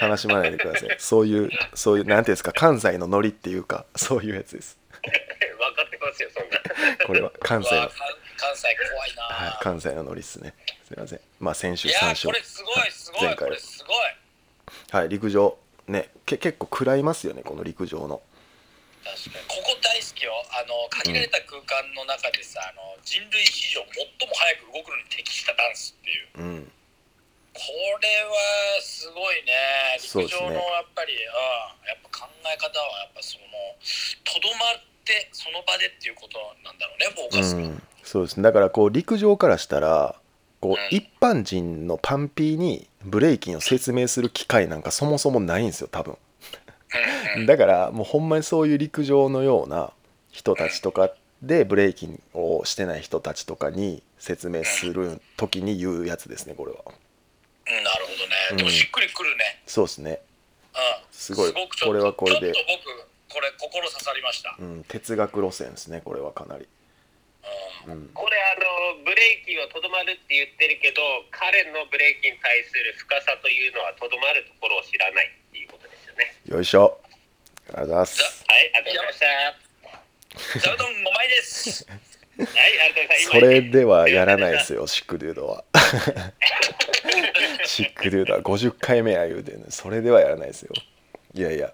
悲しまないでくださいそういうそういうなんていうんですか関西のノリっていうかそういうやつです
分かってますよ、そんな。
これは関西
う
の
わ、関関西怖いな、
はい、関西のノリっすねすいませんまあ先週
いや
3週
これすごいすご
前
いこ
回
れすごい
はい陸上ねけ結構食らいますよねこの陸上の
確かにここ大好きよあの限られた空間の中でさ、あの人類史上最も早く動くのに適したダンスっていう
うん
これはすごいね
そう
陸
です
上
ね
のやっぱり、うん、やっぱ考え方はやっぱそのとどまってその場でっていうことなんだろうねフォーカス
う
が、
ん、そうですねだからこう陸上からしたらこう
うん
一般人のパンピーにブレイキンを説明する機会なんかそもそもないんですよ多分
うんうん
だからもうほんまにそういう陸上のような人たちとかでブレイキンをしてない人たちとかに説明する時に言うやつですねこれは
うんなるほどね、
うん
でもしっくりくるね
そうですね
うん
すごい
すごくちょ
こ
っと
れはこれで
ちょっと僕これ心刺さりました、
うん、哲学路線ですねこれはかなり、
うん
うん、
これあのブレーキはとどまるって言ってるけど彼のブレーキに対する深さというのはとどまるところを知らないっていうことですよね
よいしょありがとうございます
はいありがとうござい
座布団5枚です
ましたはいありがとうございました
それではやらないですよシックデュードは [laughs] シックデュードは50回目や言うてんのにそれではやらないですよいやいや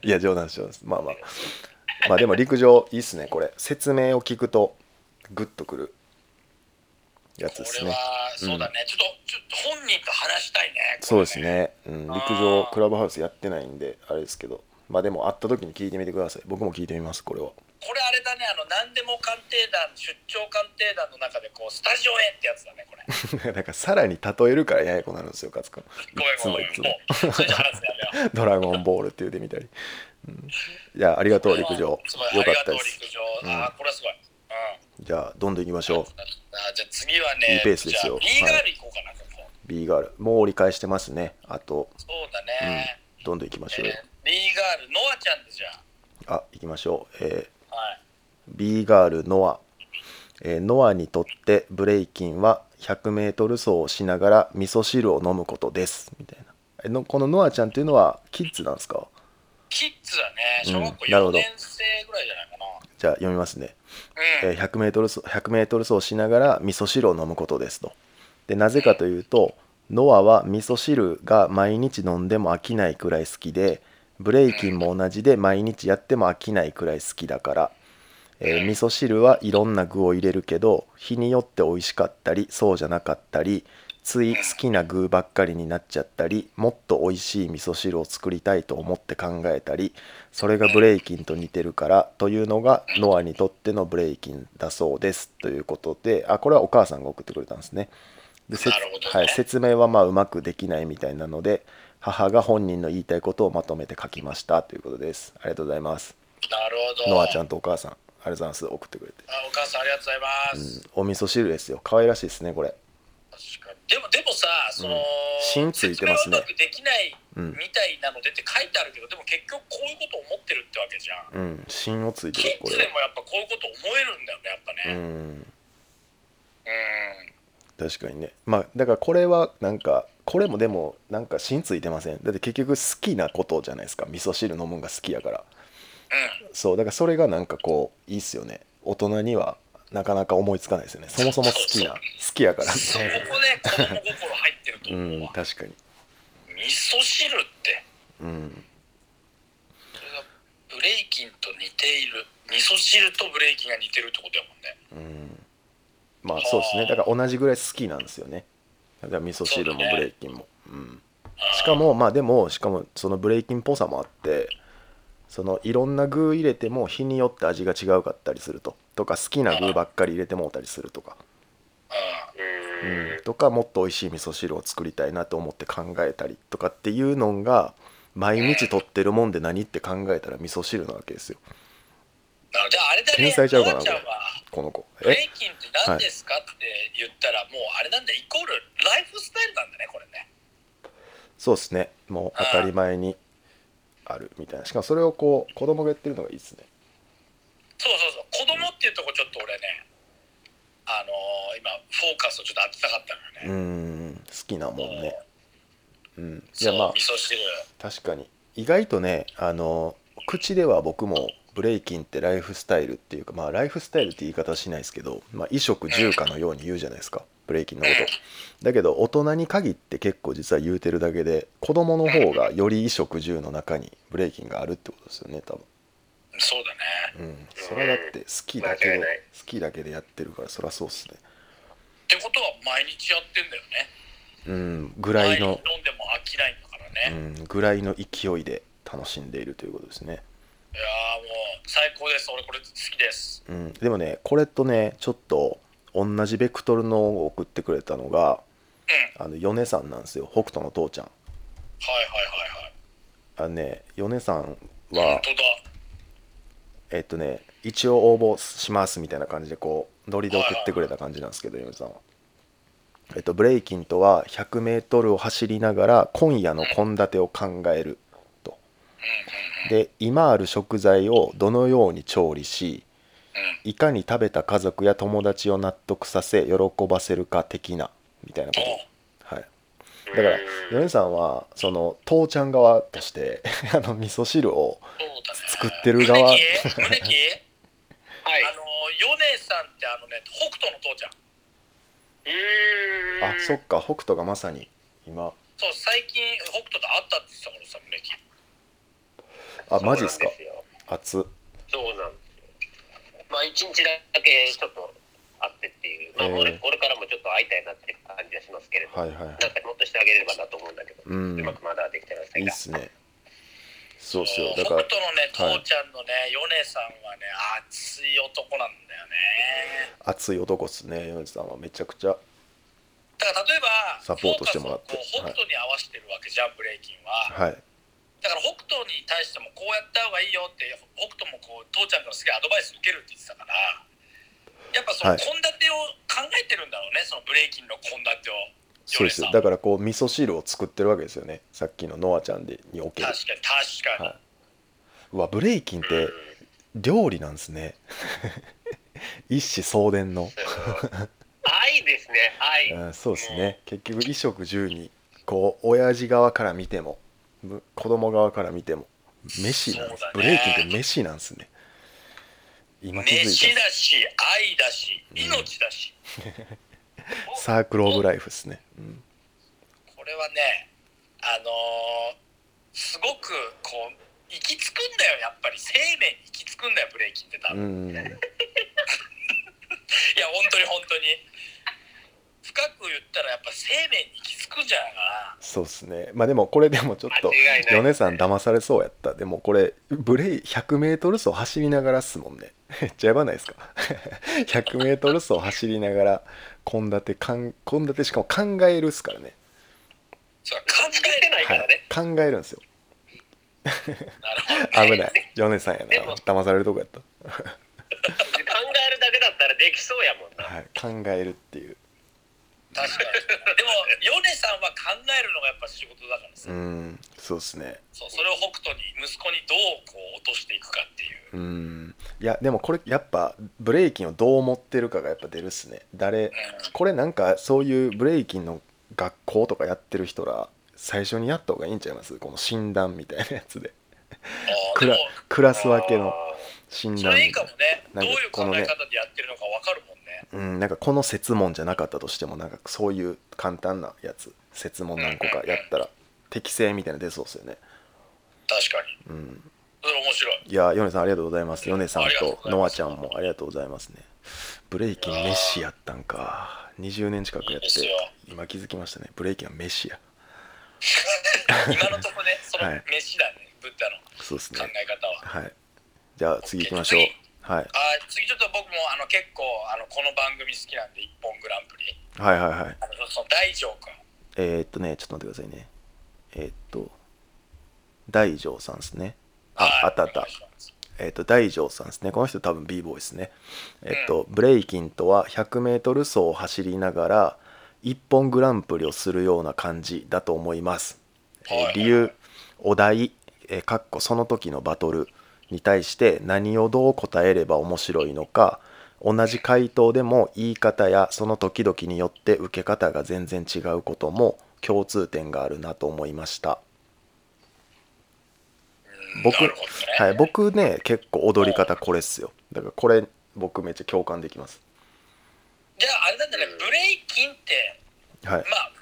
[laughs] いや冗談です冗談ですまあまあまあでも陸上いいっすねこれ説明を聞くとグッとくるやつ
こ
です
れ
ね
は
うん
そうだね、ちょっとちょっと本人と話したいね
そうです
これ
ね、うん、陸上クラブハウスやってないんであれですけどまあでも会った時に聞いてみてください僕も聞いてみますこれは [laughs]
これあれだねあの何でも鑑定団出張鑑定団の中でこうスタジオへってやつだねこれご
なんかさらに例えるからややこなるんですよ、勝君。い
めん
つ
ご
も
め
い
ん
つ
も
も。
うそれじゃ話すの
[laughs]
やめよう
ドラゴンボールって言うてみたり。うん、いや、ありがとう、陸上。よ
すごい
かったで
ありがとう
す。
陸上、
うん
あーこれはすごい、うん、
じゃあ、どんどん行きましょう。
あーじゃあ次はね
いいペースですよ
じゃあ B ガール行こうかな、ここ
B ガール。もう折り返してますね。あと、
そうだ
うん
ね、、
どんどん行きましょうよ。
えー、B ガールノアちゃんでじゃあ
あ、行きましょう。えー
はい、
B ガールノア、えーノアにとってブレイキンは 100m 走をしながら味噌汁を飲むことですみたいなえのこのノアちゃんっていうのはキッズなんですか
キッズはね小学校
うんなるほ
4
ど
年生ぐらいじゃないかな、
じゃあ読みますね
うん
えー 100m, 走 100m 走しながら味噌汁を飲むことですとでなぜかというとノアは味噌汁が毎日飲んでも飽きないくらい好きでブレイキンも同じで毎日やっても飽きないくらい好きだから、えー味噌汁はいろんな具を入れるけど日によって美味しかったりそうじゃなかったりつい好きな具ばっかりになっちゃったりもっと美味しい味噌汁を作りたいと思って考えたりそれがブレイキンと似てるからというのがノアにとってのブレイキンだそうですということであこれはお母さんが送ってくれたんですね。でせつ
なるほどね
はい、説明はまあうまくできないみたいなので母が本人の言いたいことをまとめて書きましたということです。ありがとうございます。
なるほど
ノアちゃんとお母さんありがとうございます送ってくれて、
あお母さんありがとうございます、
うん、お味噌汁ですよ可愛らしいですねこれ
確かにでもでもさその、
うん芯ついてますね
説明はうまくできない
うん
みたいなのでって書いてあるけど、でも結局こういうこと思ってるってわけじゃん、
うん芯をついて
キ
る
ッ
こ
ズで
れ
もやっぱこういうこと思えるんだよねやっぱ
う
ね
ん
うん
確かにねまあだからこれはなんかこれもでもなんか芯ついてませんだって結局好きなことじゃないですか味噌汁飲むんが好きやから
う
そうだからそれがなんかこういいっすよね大人にはなかなか思いつかないですよねそ [laughs] もそも好きな好きやから
ん、そこ
ね
ね子供心入ってると
う
思うんわ、
確かに
味噌汁って
うん
それがブレイキンと似ている味噌汁とブレイキンが似てるってことやもんね
うんまあそうですねだから同じぐらい好きなんですよねだから味噌汁もブレイキンもうんしかもまあでもしかもそのブレイキンっぽさもあってそのいろんな具入れても日によって味が違うかったりするととか好きな具ばっかり入れてもうたりするとか、
ああ
う
うん
ん、とかもっと美味しい味噌汁を作りたいなと思って考えたりとかっていうのが毎日取ってるもんで何って考えたら味噌汁なわけですよ
なのであれだね
天才ちゃうかな
ノアちゃんは
この子
ブレ
え
イキンって何ですかって言ったら、もうあれなんだイコールライフスタイルなんだねこれね
そうですねもう当たり前にあるみたいなしかもそれをこう子供が言ってるのがいいですね
そうそうそう子供っていうとこちょっと俺ねあのー今フォーカスをちょっと当てたかった
う
のよね、
ん好きなもんねうんい
そ
や
う
まあ
味噌汁
確かに意外とねあの口では僕もブレイキンってライフスタイルっていうかまあライフスタイルって言い方はしないですけど、まあ、衣食住家のように言うじゃないですかブレイキンのことだけど大人に限って結構実は言うてるだけで子供の方がより衣食住の中にブレイキンがあるってことですよね多分
そうだね
うんそれはだって好きだけ
間違
で
い
好
ない
きだけでやってるからそりゃそうっすね
ってことは毎日やってんだよね
うんぐらいの
毎日飲んでも飽きないんだから
う
ね、
んぐらいの勢いで楽しんでいるということですね
いやーもう最高です俺これ好きです
うん、でもねこれとねちょっと同じベクトルのを送ってくれたのが
うんはい
あの米さんなんですよ北斗の父ちゃん
はいはいはい
あのね米さん
本
は
当だ
えっとね一応応募しますみたいな感じでこうノリで送ってくれた感じなんですけど米さんはえっと、ブレイキンとは 100m を走りながら今夜の献立を考えるとで今ある食材をどのように調理しいかに食べた家族や友達を納得させ喜ばせるか的なみたいなこと、はい、だから
うん
米さんはその父ちゃん側として [laughs] あの味噌汁を
そうだね
作ってる側
胸木胸木
はい
あのヨネさんってあのね北斗の父ちゃん
うーん
あそっか北斗がまさに今
そう最近北斗と会ったって言ってたからさ胸木
あマジっすか
そうなんよ
熱
そうなんですよ。まあ、一日だけちょっと会ってっていう、まあ、俺
えー
これからもちょっと会いたいなっていう感じはしますけれど、
はいはいはい
なんかもっとしてあげれればなと思うんだけど、
うん
まくまだできてませ
い
ん
いっ
が。
すねそうっすよだ
北
から
斗のね父
はい
ちゃんのね、ヨネさんはね熱い男なんだよね
熱い男っすね米津さんはめちゃくちゃ
だから例えば
サポートしてもらって
フォーカスをこう北斗に合わせてるわけじゃん、ブレイキン
は
は
い
だから北斗に対してもこうやった方がいいよって北斗もこう父ちゃんからすげえアドバイス受けるって言ってたからやっぱその
はい
献立を考えてるんだろうね、そのブレイキンの献立を
そうです
ヨネさ
だ
ん
からこう味噌汁を作ってるわけですよねさっきのノアちゃんでにおける
確かに確かに、
はいうわブレイキンって料理なんですね [laughs] 一子相伝の、
愛ですね、愛。
うん、そうですね結局衣食住にこう親父側から見てもむ子供側から見ても飯なんです、
そうだね
ブレイキンって飯なんですね今気づ
飯
い
だし愛だし命だし、
たサークル・オブ・ライフですね、うん、
これはねあのーすごくこう行き着くんだよやっぱり生命に行き着くんだよブレイキンって多分、
うん
いや本当に本当に深く言ったらやっぱ生命に行き着くんじゃないかな
そうですねまあでもこれでもちょっと
間違いないですね
米さん騙されそうやったでもこれブレイ 100m 走走りながらっすもんね [laughs] めっちゃやばないですか 100m 走走りながら献立かん献立しかも考えるっすからね、
そう考
作っ
え
て
る
ないからね。
考えるんですよ
なるほど
危ない米さんや
で
な
も
騙されるとこやった
考えるだけだったらできそうやもんな。
はい、考えるっていう
確かにでもヨネさんは考えるのがやっぱ仕事だからさ、
うんそうですね
そうそれを北斗に息子にどうこう落としていくかっていう
うんいやでもこれやっぱブレイキンをどう思ってるかがやっぱ出るっすね誰これなんかそういうブレイキンの学校とかやってる人ら最初にやった方がいいんちゃいますこの診断みたいなやつで
あー
ク
で
ラ
も
クラス分けの
あ
診
そ
断
れいい
み
か
たい
もね
なん
どう
か
いう
こ
考
のね
え方でやってるのかわかるもんね
な、うん、なんかこの設問じゃなかったとしてもなんかそういう簡単なやつ設問何個かやったら適正みたいなの出そうっすよね
確かに
うん
それ
[laughs]
面白い
いや、ヨネさんありがとうございます。ヨネさん
ありがとう
と
ございます
ノアちゃんもありがとうございますね。ブレイキンメッシやったんか。20年近くやっ
いいです
て
よ、
今気づきましたね。ブレイキンはメッシや。
今のとこねその
はい
飯だね、ブッダの
そうです
考
ね。
え方は
はい。じゃあ次行きましょう
OK 次。
はい。
あー次ちょっと僕もあの結構あのこの番組好きなんで「一本グランプリ
はいはいはい」。
あのその大丈君
えー、っとね、ちょっと待ってくださいね。えー、っと、大城さんですね。あ、あったあった。えっと大城さんですねこの人多分 b ボーイですねえっと、ブレイキンとは 100m 走を走りながら一本グランプリをするような感じだと思います、えー
はいはい
理由お題、えーかっこその時のバトルに対して何をどう答えれば面白いのか同じ回答でも言い方やその時々によって受け方が全然違うことも共通点があるなと思いました僕
なるほどね、
はい、僕ね結構踊り方これっすよだからこれ僕めっちゃ共感できます
じゃああれなんだねブレイキンって
はい、
まあ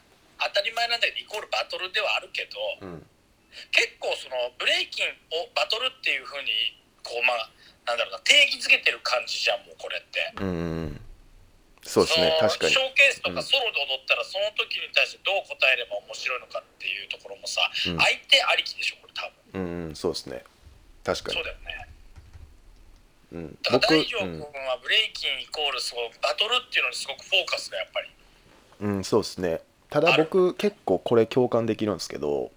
当たり前なんだけどイコールバトルではあるけど
うん、
結構そのブレイキンをバトルっていうふうにこうまあなんだろうな定義づけてる感じじゃんもうこれって
うんうんそうですね
の
確かに
ショーケースと
うん
かソロで踊ったらその時に対してどう答えれば面白いのかっていうところもさ、
うん
相手ありきでしょこれ多分
うんうんそうですね確か
そ
に
うだよね
うん
だ
僕
から大丈
うん
君はブレイキンイコールすごくバトルっていうのにすごくフォーカスがやっぱり
うんそうですねただ僕結構これ共感できるんですけど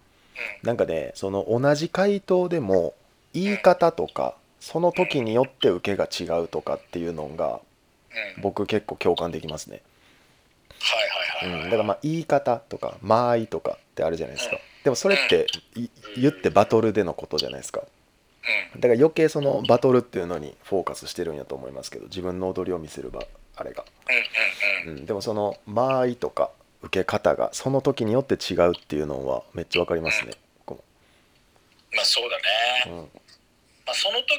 う
なんかねその同じ回答でも言い方とかその時によって受けが違うとかっていうのが
んうんはい
僕結構共感できますね
はいははいはいはい
うん、だからまあ言い方とか間合いとかってあるじゃないですかでもそれってい言ってバトルでのことじゃないですか
うん
だから余計そのバトルっていうのにフォーカスしてるんやと思いますけど自分の踊りを見せる場あれが、
うんうん
うん、でもその間合いとか受け方がその時によって違うっていうのはめっちゃわかりますね僕も
まあそうだね、まあ、その時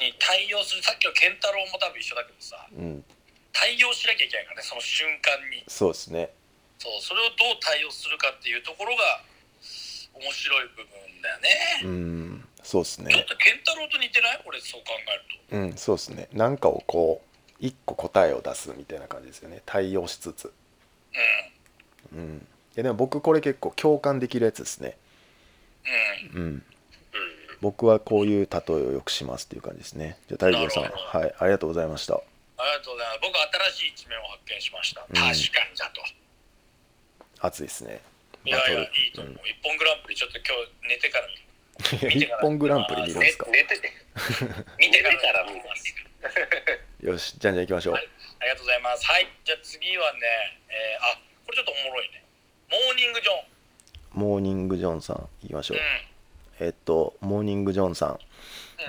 に対応するさっきの健太郎も多分一緒だけどさ
うん、うん、
対応しなきゃいけないからねその瞬間に
そうですね
そうそれをどう対応するかっていうところが面白い部分だよね、
うんそうです
ちょっ
ね
と健太郎と似てない俺そう考えると
うんそうですねなんかをこう一個答えを出すみたいな感じですよね対応しつつ
う
うんいやでも僕これ結構共感できるやつですね
んうん
うん
うん
僕はこういう例えをよくしますっていう感じですねじゃあ大丈夫さん
なるほ
はいありがとうございました
ありがとうございます僕新しい一面を発見しました、
ん
確かにだと
熱いですね
いやいやいいと
バ
思う、
ト
一本グランプリちょっと今日寝てから見る
ルうん一本グランプリ見るんですか
寝寝てて
[laughs]
見
てから見ます
よしじゃんじゃん行きましょう
はいありがとうございます。はい、じゃあ次はね、えーあこれちょっとおもろいね。モーニングジョン。
モーニングジョンさん行きましょう
うん。
えっとモーニングジョンさん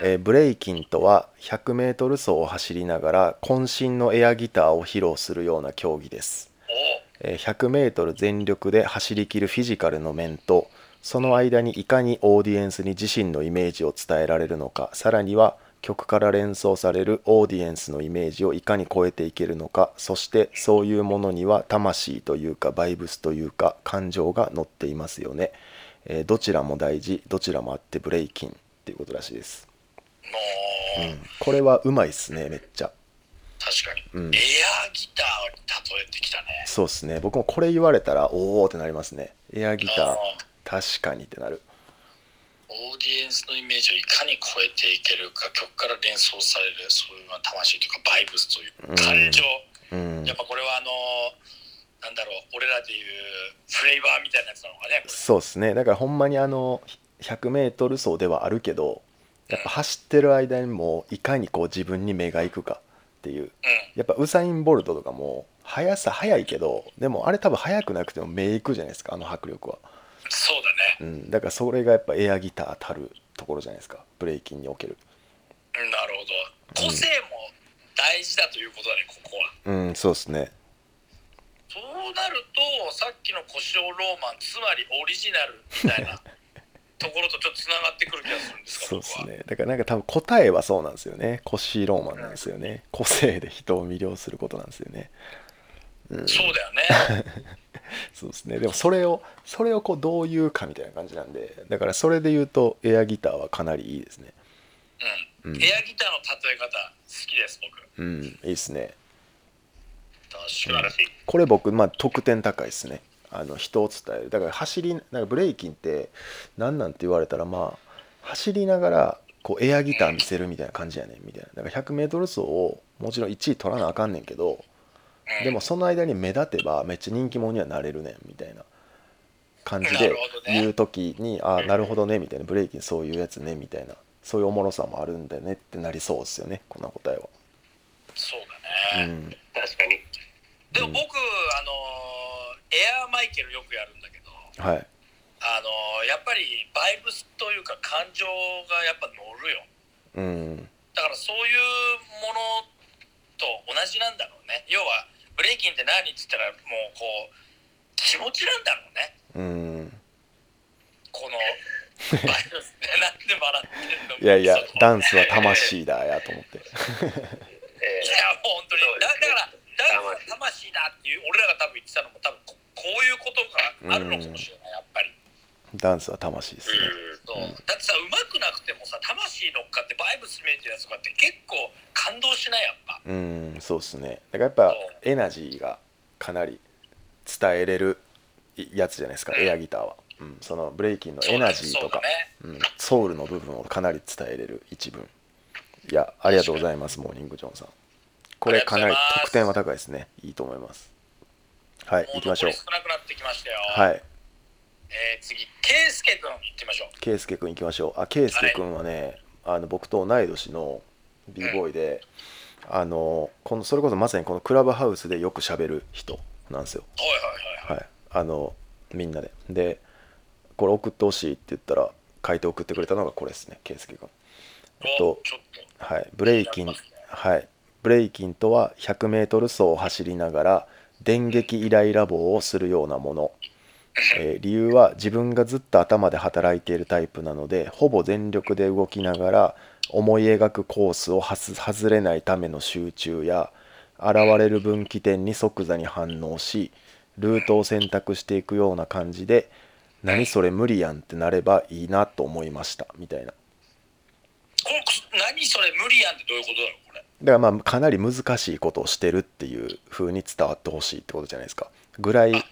えーブレイキンとは 100m 走を走りながら渾身のエアギターを披露するような競技です
おう
えー 100m 全力で走りきるフィジカルの面とその間にいかにオーディエンスに自身のイメージを伝えられるのかさらには曲から連想されるオーディエンスのイメージをいかに超えていけるのかそしてそういうものには魂というかバイブスというか感情が乗っていますよね、えーどちらも大事どちらもあってブレイキンっていうことらしいです、
も
う
う、
ん、これはうまいっすねめっちゃ
確かに、
うん
エアギターに例えてきたね。
そうっすね僕もこれ言われたらおおってなりますねエアギ
あ
タ
の
ー確かにってなる
オーディエンスのイメージをいかに超えていけるか曲から連想されるそういうのは魂というかバイブスという
うん
感情、
うん
やっぱこれはあのなんだろう俺らでいうフレーバーみたいなやつなのかねこれ
そうですねだからほんまにあの 100m 走ではあるけどやっぱ走ってる間にもいかにこう自分に目がいくかっていう
うん
やっぱウサイン・ボルトとかも速さ速いけどでもあれ多分速くなくても目いくじゃないですかあの迫力は、
そうだね
うん、だからそれがやっぱエアギターたるところじゃないですかブレイキンにおける
なるほど個性も大事だということだねここは
うんそうですね
そうなるとさっきのコショウローマンつまりオリジナルみたいなところとちょっとつながってくる気がするんです
そう
が
です
僕は
ねだからなんか多分答えはそうなんですよねコッシー・ローマンなんですよね個性で人を魅了することなんですよね
そうだよね
そうですねでもそれをそれをこうどう言うかみたいな感じなんでだからそれで言うとエアギターはかなりいいですね
うん、
うん
エアギターの例え方好きです僕
うんいいですね
素
確
晴
からに
しい
これ僕まあ得点高いですねあの人を伝えるだから走りなんかブレイキンって何なんて言われたらまあ走りながらこうエアギター見せるみたいな感じやねんみたいなだから 100m 走をもちろん1位取らなあかんねんけど
うん
でもその間に目立てばめっちゃ人気者にはなれるねんみたいな感じ
な
で
るほどね
言う時に、ああなるほどねみたいなブレイキンそういうやつねみたいなそういうおもろさもあるんだよねってなりそうですよねこんな答え
そう
は、
だ
う
ね、
ん、
確かに
でも僕あのーエアーマイケルよくやるんだけど
はい
あのーやっぱりバイブスというか感情がやっぱ乗る
う
よ
ん
だからそういうものと同じなんだろうね要はブレイキンって何って言ったらもうこう気持ちなんだろう
う
ね
ん
このバイオスねなんで笑ってんの
いやいや
そこ
ダンスは魂だやと思っ
え
て
いやもう本当にだだからダンスは魂だっていう俺らが多分言ってたのも多分ここういうことがあるのかもしれないやっぱり
ダンスは魂ですね
ー
そうだってさうまくなくてもさ魂乗っかってバイブス見えてるやつとかって結構感動しないやっぱ
うんそうですねだからやっぱ
そう
エナジーがかなり伝えれるやつじゃないですか、
うん
エアギターは、うん、そのブレイキンのエナジーと
そう
か
だね
うん、ソウルの部分をかなり伝えれる一文いやありがとうございますモーニングジョンさんこれかな
あり
り
がとうございます
得点は高いですねいいと思いますはい
も
行
う
きまし
残
ょう
り少なくなってきましたよ
はい
えー、次、ケイスケ君、行ってみましょう。
圭佑君行きましょうあ圭佑君はね、あの僕と同い年の b ボーイで、あのこのそれこそまさにこのクラブハウスでよく喋る人なんですよ
はいはいはい
はい、あのみんなででこれ送ってほしいって言ったら書いて送ってくれたのがこれですね圭介が、えっと
おちょっと
はい、ブレイキン、はい、ブレイキンとは 100m 走を走りながら電撃イライラ棒をするようなもの、えー理由は自分がずっと頭で働いているタイプなのでほぼ全力で動きながら思い描くコースをはす外れないための集中や現れる分岐点に即座に反応しルートを選択していくような感じで何それ無理やんってなればいいなと思いましたみたいな
これ何それ無理やんってどういうことだろうこれ
だからまあかなり難しいことをしてるっていう風に伝わってほしいってことじゃないですかぐらい、うん、
なる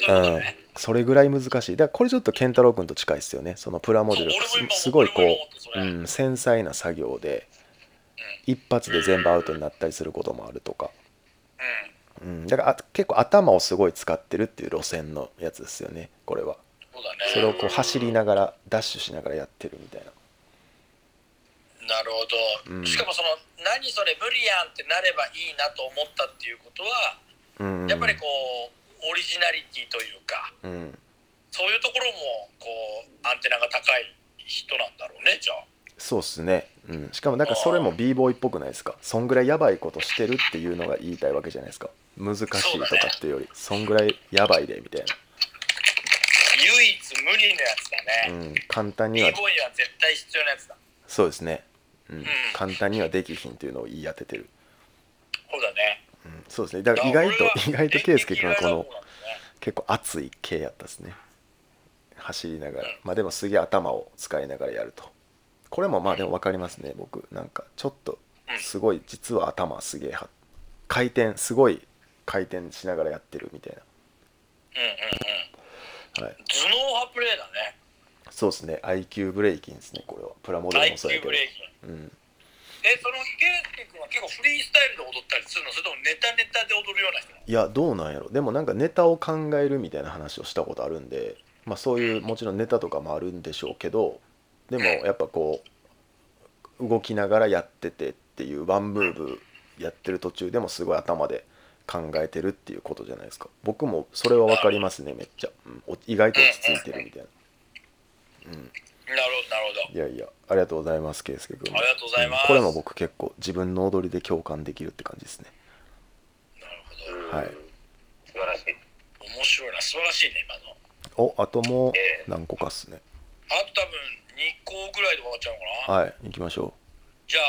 ほどなるほどそういうことね、
それぐらい難しいだからこれちょっと健太郎君と近いですよねそのプラモデル
そう俺も今
すすごいこ
俺も今
う、
思ったそれ
うん、繊細な作業で一発で全部アウトになったりすることもあるとか、
うん
うん、だからあ結構頭をすごい使ってるっていう路線のやつですよねこれは
そうだね
それをこう走りながらダッシュしながらやってるみたいな
なるほど、
うん
しかもその何それ無理やんってなればいいなと思ったっていうことは、
うんうん
やっぱりこうオリジナリティというか
うん
そういうところもこうアンテナが高い人なんだろうねじゃあ
そうっすね、うん、しかもなんかそれも b ボーイっぽくないですかそんぐらいやばいことしてるっていうのが言いたいわけじゃないですか難しいとかっていうよりそんぐらいやばいでみたい
唯一無理のやつだ
な、
ね、
うん、簡単に
b
は
ボーイは絶対必要なやつだ
そうですね、うん
ん、
簡単にはできひんっていうのを言い当ててる、
そうだね
うん、そうですねだから意外
いや俺は
と意外と圭佑君はこ
電
の
撃ライダーだもんね
結構熱い系やったですね走りながらまあでもすげえ頭を使いながらやるとこれもまあでも分かりますね僕なんかちょっとすごい実は頭すげえは回転すごい回転しながらやってるみたいな、はい、
頭脳派プレーだね
そうですね IQ ブレイキンですねこれはプラモデルもそうや
IQ
けど
ブレイキン
うん、
えそのケイスケ君は結構フリースタイルで踊ったりするのそれともネタネタで踊るような人なの
いやどうなんやろでもなんかネタを考えるみたいな話をしたことあるんでまあそういうもちろんネタとかもあるんでしょうけどでもやっぱこう動きながらやっててっていうワンムーブやってる途中でもすごい頭で考えてるっていうことじゃないですか僕もそれは分かりますねめっちゃ、うんお意外と落ち着いてるみたいな
なるほどなるほど
いやいやありがとうございます圭佑君
ありがとうございます
んこれも僕結構自分の踊りで共感できるって感じですね
なるほど
はい
素晴らしい。
面白いな素晴らしいね今の
おあともう何個かっすね
あと多分2個ぐらいで終わっちゃうのかな、
はい行きましょう
じゃあ、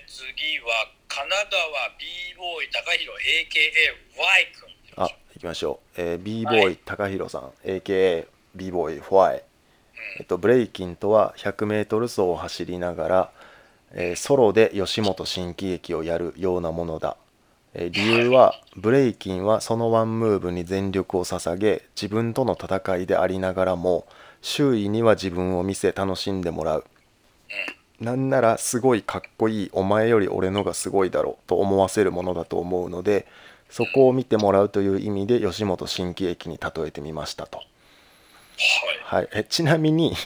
えー、次は神奈川 b ボーイ高弘 AKA Y 君
あ、行きましょう。えー、b ボーイ高弘さん、AKA b ボーイファイ。えっと、ブレイキンとは 100m 走を走りながら、えーソロで吉本新喜劇をやるようなものだ。えー理由はブレイキンはそのワンムーブに全力を捧げ自分との戦いでありながらも周囲には自分を見せ楽しんでもらうなんならすごいかっこいいお前より俺のがすごいだろうと思わせるものだと思うのでそこを見てもらうという意味で吉本新喜劇に例えてみましたと、
は
は
い
い、えちなみに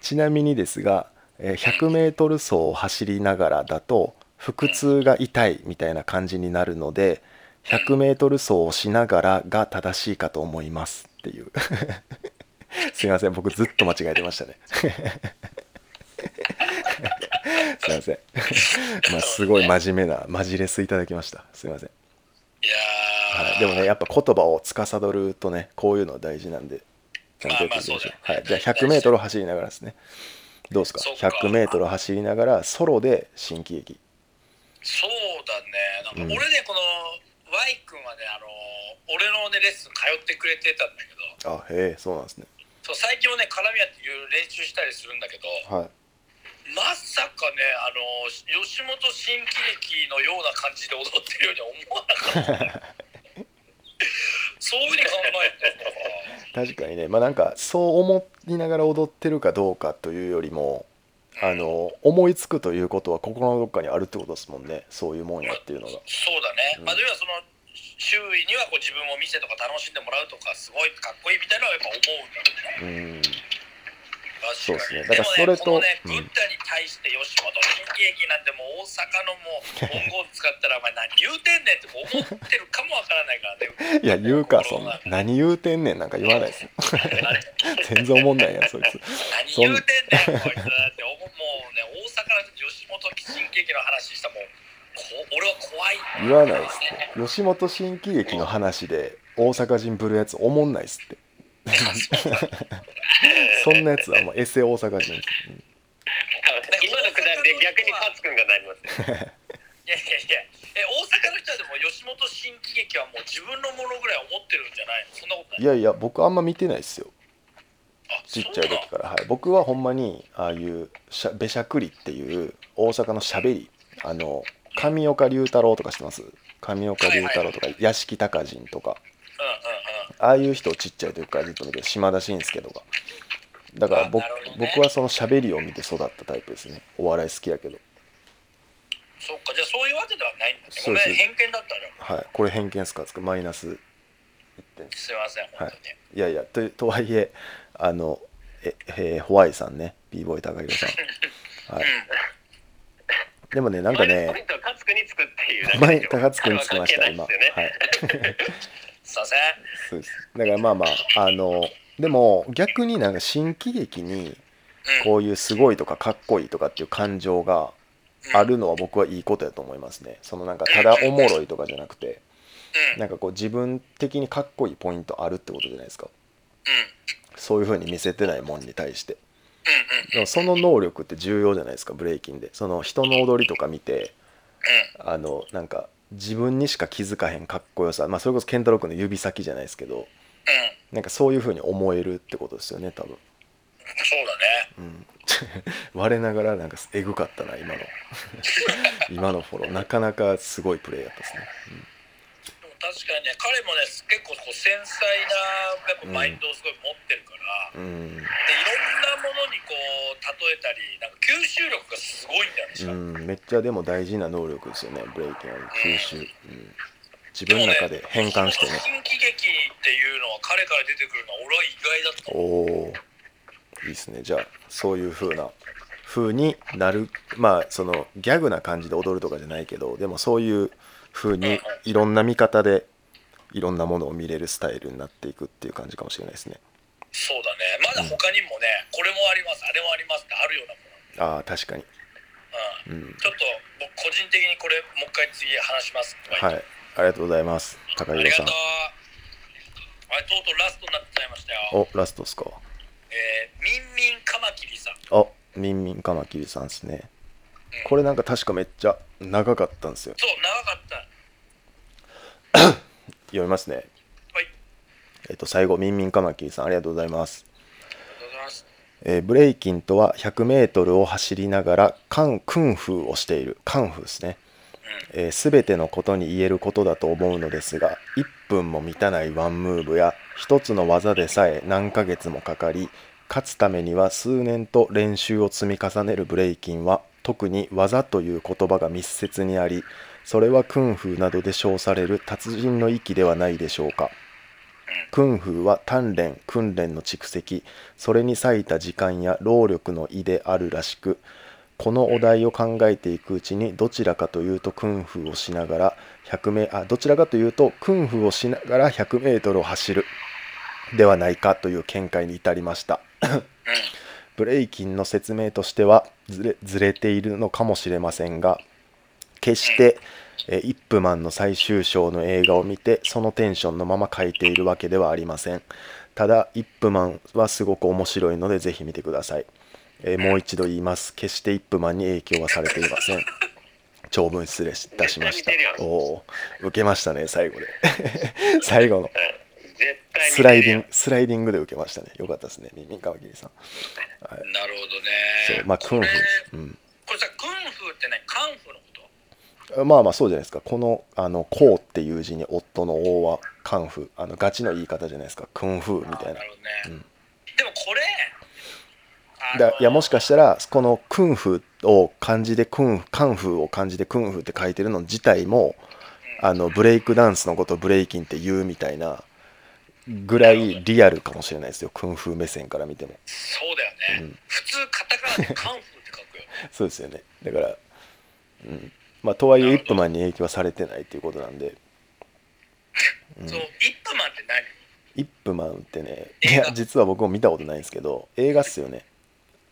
ちなみにですがえー 100m 走を走りながらだと腹痛が痛いみたいな感じになるので 100m 走をしながらが正しいかと思いますっていう [laughs] すいません僕ずっと間違えてましたねすいませ
[laughs]
んまあすごい真面目なマジレスいただきましたすいません
いや
はい、
ー、
でもねやっぱ言葉を司るとねこういうのは大事なんでちゃんとやっていきましょう,、
まあまあそうだよね
はい、じゃあ 100m 走りながらですねどうですか
そっか
100m 走りながらソロで新喜劇
そうだねなん
うん
か俺ねこの Y 君はねあの俺のねレッスン通ってくれてたんだけど
あへえそうなんですね
そう最近もね絡み合っていろいろ練習したりするんだけど
はい
まさかねあの吉本新喜劇のような感じで踊ってるように思わなかったそういうふうに考えてたから
確かにねまあなんかそう思いながら踊ってるかどうかというよりもあの思いつくということは心のどっかにあるってことですもんねそういうもんやっていうのが
そうだね、
うん
まあ、要はその周囲にはこう自分を見せとか楽しんでもらうとかすごいかっこいいみたいなのはやっぱ思うんだろうね
うん
確かに
そうですねだからそれと
でもねこのね
うん
ブッダに対して吉本新
新喜劇なんてもう大阪のもう
[laughs]
文言使ったらお前何言うてんねんって思ってるかもわからないからね
いや言うかそんな何言うてんねんなんか言わないです全然おもんないやんそいつ
何言うてんねんこいつって思うもうね大阪の吉本新喜劇の話したらもうこ俺は怖い
言わないっすって吉本新喜劇の話で大阪人ぶるやつおもんないっすってそんなやつはもうエセ大阪人
今のくだりで逆に勝君がなりますね
いやいやいやえ大阪の人はでも吉本新喜劇はもう自分のものぐらい思ってるんじゃないのそんなことな
い
い
やいや僕あんま見てないっすよ
あ
ちっ
そう
ちゃい時から、はい、僕はほんまにああいうしゃべしゃくりっていう大阪のしゃべりあの上岡龍太郎とかしてます上岡龍太郎とか屋敷隆人と
なん
か
うんうんうん
ああいう人をちっちゃい時からずっと見て島田紳介とかだから僕,、
あなるほどね
僕はそのしゃべりを見て育ったタイプですねお笑い好きやけど
そっかじゃあそういうわけではないんだね
そ
ご
う
め
です
ん偏見だったじゃん
はいこれ偏見っすかつくマイナス
すいません本当に、
いやいやととはいえあのえ、えーホワイさんね b ボーイ高弘さんはい
うん
でもねなんか
[laughs]
マイナスポイ
ね
ントは勝君につくっていうだけ
前
ですよ
高津君につきました今
関
は
係ないですよね
い
すいません
そうですだからまあまああのでも逆になんか新喜劇にこういうすごいとかかっこいいとかっていう感情が
うん
あるのは僕はいいことやと思いますねそのなんかただおもろいとかじゃなくて
うん
なんかこう自分的にかっこいいポイントあるってことじゃないですか
うん
そういうふうに見せてないもんに対して
うんうん
でもその能力って重要じゃないですかブレイキンでその人の踊りとか見て
う
あのなんか自分にしか気づかへんかっこよさ、まあ、それこそ健太郎君の指先じゃないですけど
んうん
なんかそういうふうに思えるってことですよね多分、
そうだね
うん、 [laughs] 我ながらなんかえぐかったな今の [laughs] 今のフォローなかなかすごいプレーやったですね、
でも確かにね彼もね結構こう繊細なやっぱマインドをすごい持ってるから、
うんう
でいろん
ん
なものにこう例えたりなんか吸収力がすごいんだよねしかも、
うん、めっちゃでも大事な能力ですよねブレイキンは吸収、うん、自分の中で変換してね
その新喜劇っていうのは彼から出てくるのは俺は意外だった
おおーいいですねじゃあそういう風な風になるまあそのギャグな感じで踊るとかじゃないけどでもそういう風にいろんな見方でいろんなものを見れるスタイルになっていくっていう感じかもしれないですね
そうだねまだ他にもね、これもありますあれもありますってあるようなも
ああ確かに
の、うん
うん
ちょっと僕個人的にこれもう一回次話しますと
は
か言って、
いありがとうございます高
あ
井
り
さ
が
ん
とうあれとうとうラストになっちゃいましたよ
おラストっすか
えー、みんみんカマキリさん
あみんみんカマキリさんですね
うん
これなんか確かめっちゃ長かったんですよ
そう長かった
読みますね
はい
えっと最後みんみんカマキリさんありがとうございます
ありがとうございます
えーブレイキンとは 100m を走りながらカンクンフーをしているカンフーですね、えー全てのことに言えることだと思うのですが1分も満たないワンムーブや1つの技でさえ何ヶ月もかかり勝つためには数年と練習を積み重ねるブレイキンは特に技という言葉が密接にありそれはクンフーなどで称される達人の域ではないでしょうかクンフーは鍛錬訓練の蓄積それに割いた時間や労力の意であるらしくこのお題を考えていくうちにどちらかというとクンフーをしながら100メあどちらかというとクンフーをしながら 100m を走るではないかという見解に至りました。ブレイキンの説明としてはずれずれているのかもしれませんが決して、えーイップマンの最終章の映画を見てそのテンションのまま描いているわけではありませんただイップマンはすごく面白いのでぜひ見てください、えーもう一度言います決してイップマンに影響はされていません長文失礼いたしました
絶対見てるやん
おおー受けましたね最後で [laughs] 最後の
絶対に
スライディングスライディングで受けましたねよかったですねミミカワキリさん
なるほど
そ
ね
うまあクンフ
これ
ーうん
これさクンフーってねカンフーのこと
まあまあそうじゃないですかこの「あのこう」っていう字に夫の「王」は「カンフ」あのガチの言い方じゃないですか「クンフ」みたいな
なるほどね、
うん
でもこれあの
だいやもしかしたらこの「クンフ」を漢字で「クンフ」「カンフ」を漢字で「クンフ」って書いてるの自体もあのブレイクダンスのことをブレイキンって言うみたいなぐらいリアルかもしれないですよクンフー目線から見ても
そうだよね、普通カタカナでカンフーって書くよ
そうですよねだから、うんまあ、とはいえイップマンに影響はされてないっていうことなんで、うん、
そうイップマンって何
イップマンってねい
映画
や実は僕も見たことないんですけど映画っすよね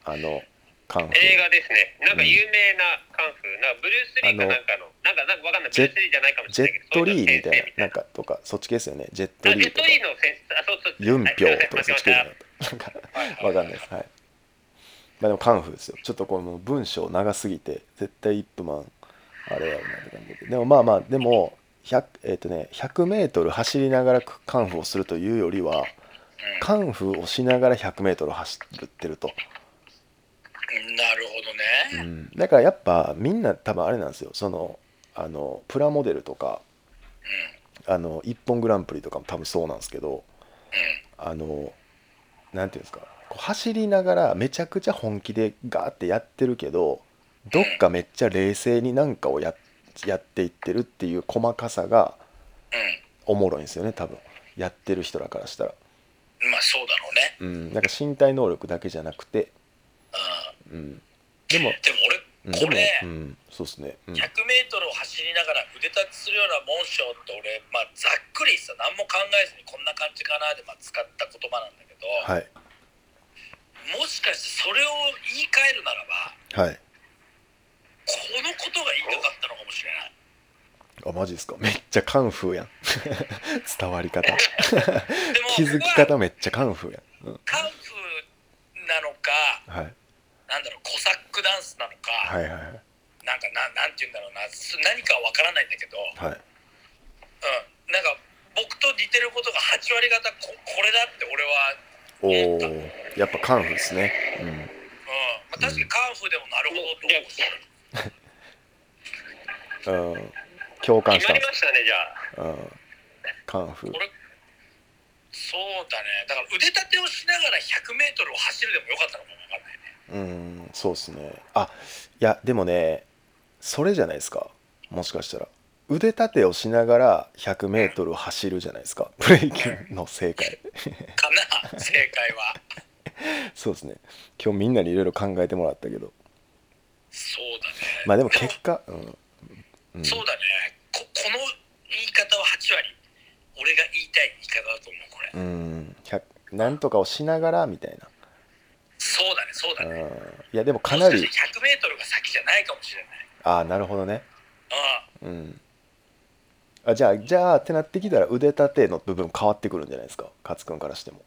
あのカンフー
映画ですね。なんか有名なカンフー、なんかブルース・リーかなんかの、なんかなんかわかんない、ブ
ジェ
ルース・リーじゃないかもし
ジェ
れ
ッ
ないけど、
トリーみ
そ
た
ういう
いななんかとかそっち系ですよねジェット
先生みたいな。あ
リ
ジェ
ー
ットリー
とか
の先生、あ、そうそう。
ユンピョウと
は
か
い
そっち系じゃなかったなんかわかんないですはいまあでもカンフーですよちょっとこの文章長すぎて絶対イップマンあれやろなって感じででもまあまあでも100えっ、とね 100m 走りながらカンフーをするというよりはカンフーをしながら 100m 走ってると、
うんなるほど
う
ね、
ん、だからやっぱみんな多分あれなんですよそのあのプラモデルとかあの「一本グランプリ」とかも多分そうなんですけどあのなんていうんですかこう走りながらめちゃくちゃ本気でガーってやってるけどどっかめっちゃ冷静になんかをややっていってるっていう細かさがおもろいんですよね多分やってる人らからしたら、
うんまあそうだろうね
うん、なんか身体能力だけじゃなくて、
あ
うん、でも、
でも
うん、
俺
でも
これ、、
うん、そうですね、うん、
100メートルを走りながら腕立ちするようなモーションって俺、まあ、ざっくりさ何も考えずにこんな感じかなで、まあ、使った言葉なんだけど、
はい
もしかしてそれを言い換えるならば
はい
このことが言いたかったのかもしれない
あマジですかめっちゃカンフーやん [laughs] 伝わり方
でも
[laughs] 気づき
僕は
方めっちゃカンフーやん、うん
カンフーなのか
はい、
なんだろうコサックダンスなのか、
はいはいはい
なんかななんて言うんだろうなす何かは分からないんだけど、
はい
うん、なんか僕と似てることが8割方ここれだって俺は、
おおやっぱカンフーですね、
うんまあ、確かにカンフーでもなるほどと思うし、
うん、うん、共感
決
した
ま
んで
り
す
ましたね、じゃあ。
うん、カンフー
俺そうだねだから腕立てをしながら 100m を走るでもよかったのかも分かんないね
うんそうですねあいやでもねそれじゃないですかもしかしたら腕立てをしながら 100m 走るじゃないですかブレイキンの正解
かな正解は
そうですね今日みんなにいろいろ考えてもらったけど
そうだね、
まあでも結果、うんうん、
そうだねここの言い方は8割俺が言いたい言い方だと思うこれ
うん100なんとかをしながらみたいな
そうだねそうだ
うん
ね
いやでもかなり
もしかしたら 100m が先じゃないかもしれない
ああなるほどね
ああ
うんあじゃあじゃあってなってきたら腕立ての部分変わってくるんじゃないですか勝君からしても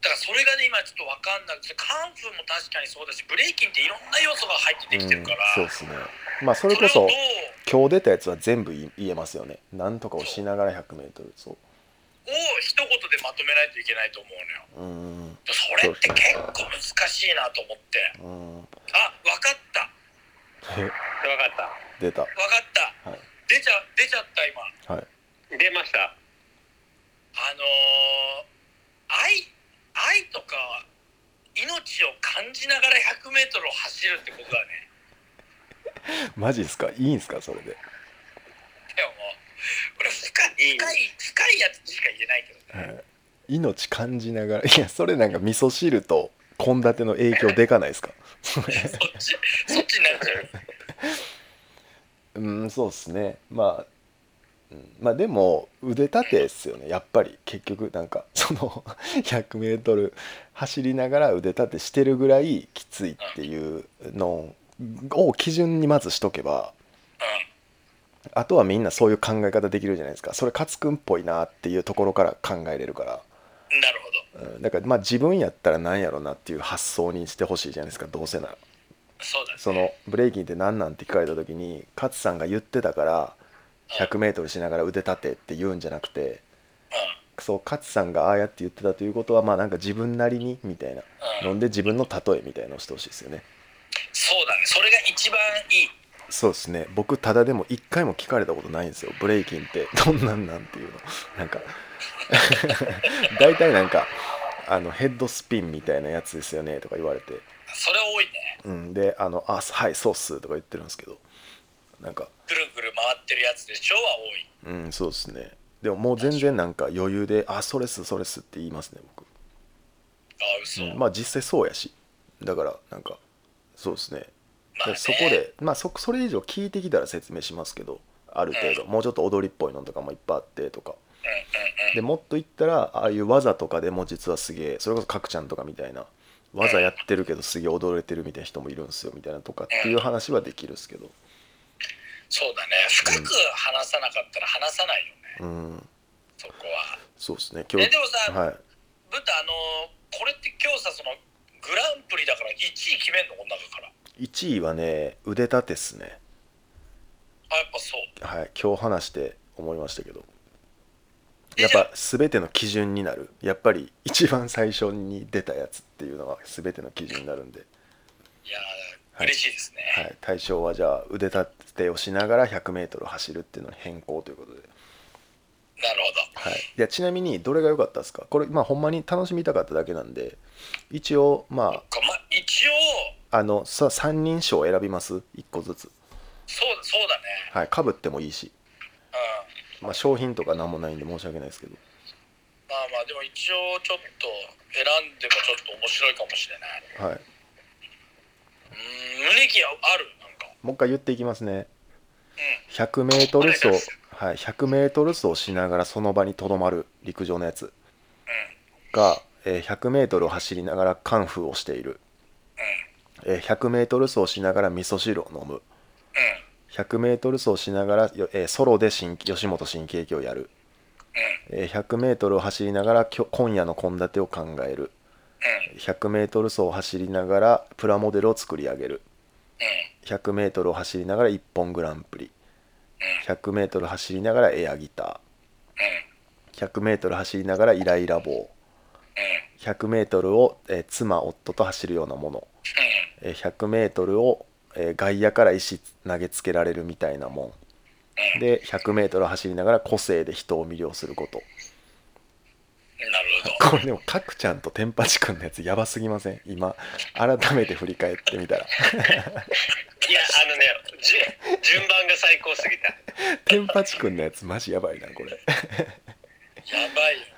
だからそれがね今ちょっと分かんなくてカンフーも確かにそうだしブレイキンっていろんな要素が入ってできてるから、
うんそうですねまあそれこ
を
そ
どう
今日出たやつは全部言えますよねなんとかをしながら 100m そ
を一言でまとめないといけないと思うのよ
ううん
それって結構難しいなと思って
うん [laughs]
あ分かった
え
わかった。
出た
分かった、
はい
出ちゃ出ちゃった今
はい
出ました。
あのー愛愛とか命を感じながら 100m を走るってことだね
マジですかいいんすかそれで
でももうこれ深い深い深いやつしか言えないけどね
命感じながらいやそれなんか味噌汁と献立の影響でかないですか
そっちそっちになっちゃう
うんそうっすねまあ、うん、まあでも腕立てっすよねやっぱり結局なんかその 100m 走りながら腕立てしてるぐらいきついっていうのを基準にまずしとけば
うん
あとはみんなそういう考え方できるじゃないですかそれ勝くんっぽいなっていうところから考えれるか
なるほど
ら、うん、だからまあ自分やったらなんやろなっていう発想にしてほしいじゃないですかどうせなら。
そうだね
そのブレイキンって何なんって聞かれた時に勝さんが言ってたから
うん
100m しながら腕立てって言うんじゃなくて
うん
そう勝さんがああやって言ってたということはまあなんか自分なりにみたいな
うん
ので自分の例えみたいなのをしてほしいですよね
そうだねそれが一番いい
そうですね僕ただでも一回も聞かれたことないんですよブレイキンってどんなんなんていうのなん [laughs] か大体なんかあのヘッドスピンみたいなやつですよねとか言われて
それ多いね
うんであのあはいそうっすとか言ってるんですけどなんか
ぐるぐる回ってるやつでしょは多い
うんそうですねでももう全然なんか余裕で「あそれっすそれっす」って言いますね僕、
あ嘘、
うんまあ実際そうやしだからなんかそうですね
ままあね
そこで、まあ、そそれ以上聞いてきたら説明しますけどある程度、もうちょっと踊りっぽいのとかもいっぱいあってとか
うんうんうん
でもっと言ったらああいう技とかでも実はすげえそれこそ角ちゃんとかみたいな技やってるけどすげえ踊れてるみたいな人もいるんですよみたいなとかっていう話はできるんですけど
そうだね深く話さなかったら話さないよね
うん
そこは
そうですね今
えでもさ
日はい
ブタあのーこれって今日さそのグランプリだから1位決めんのこの中から
1位はね腕立てっすね
あやっぱそう
はい今日話して思いましたけど
え
やっぱ全ての基準になるやっぱり一番最初に出たやつっていうのは全ての基準になるんで、
いやー
はい
嬉しいですね、
はい、対象はじゃあ腕立てをしながら 100m 走るっていうのに変更ということで、
なるほど
はい、でちなみにどれが良かったですかこれまあほんまに楽しみたかっただけなんで一応ま
かまあ一応
ああのさ3人賞を選びます1個ずつ
そうだそうだね
はいかぶってもいいし、
うん
まあ、商品とかなんもないんで申し訳ないですけど
まあまあでも一応ちょっと選んでもちょっと面白いかもしれない
はいう
ーん胸キあるなんか
もう一回言っていきますね。100m 走、はい、100m 走しながらその場にとどまる陸上のやつが、えー 100m を走りながらカンフーをしている、えー 100m 走しながら味噌汁を飲む
うんうん
100m 走しながら、よえーソロで新吉本新喜劇をやる、えー 100m を走りながらきょ今夜の献立を考える 100m 走を走りながらプラモデルを作り上げる 100m を走りながら一本グランプリ 100m 走りながらエアギター 100m 走りながらイライラ棒 100m を、えー妻夫と走るようなものえー 100m を、えー外野から石投げつけられるみたいなもんで 100m 走りながら個性で人を魅了すること
なるほど
これでも角ちゃんと天パチ君のやつやばすぎません今改めて振り返ってみたら
[laughs] いやあのねじゅ順番が最高すぎた
天パチ君のやつマジやばいなこれ
やばいよ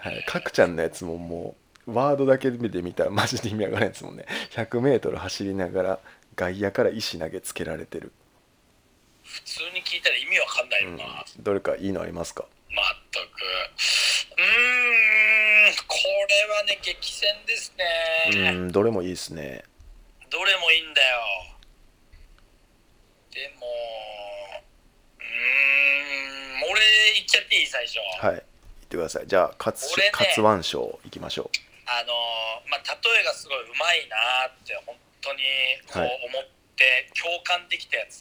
はい、角ちゃんのやつももうワードだけで見たらマジで意味わからないですもんね 100m 走りながら外野から石投げつけられてる、
普通に聞いたら意味わかんないうよ
ん
な、
どれかいいのありますか
まったくうーんこれはね激戦です
う
ね、
んどれもいいですね
どれもいいんだよでもうーん俺言っちゃっていい最初、
はい言ってくださいじゃあ勝
これね
勝腕賞いきましょ
あのーまあ、例えがすごいうまいなーって本当にこ
は
う
い
思って共感できたやつ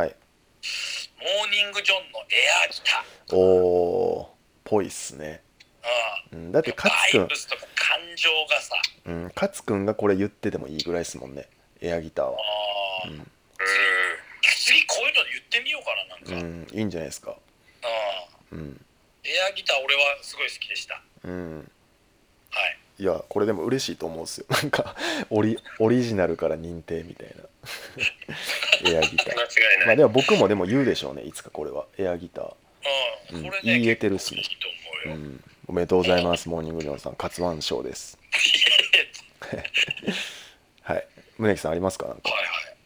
うはい
モーニングジョンのエアーギター、
おおぽいっすね、
う
うん、だって
ん、バ
勝
イ
君
ブ、スとか感情がさ
うん、勝君がこれ言っててもいいぐらいですもんねエアギターは、
あー
うん
う
次こういうの言ってみようかななんか、
う
うん
ん、いいんじゃないですかうん
エアーギター俺はすごい好きでした
うん
はい
いやこれでも嬉しいと思うんですよなんかオリオリジナルから認定みたいなエアギタ
ん
ー
間違いない
まあでも僕もでも言うでしょうねいつかこれはエアギタ
うん、
うん
これね
言えてるっ
結
す
構
ね
いい
ー、
と
う
思うよ、
ん、おめでとうございますモーニングジョンさん活腕賞ですはい宗木さんありますかなんか
はいはい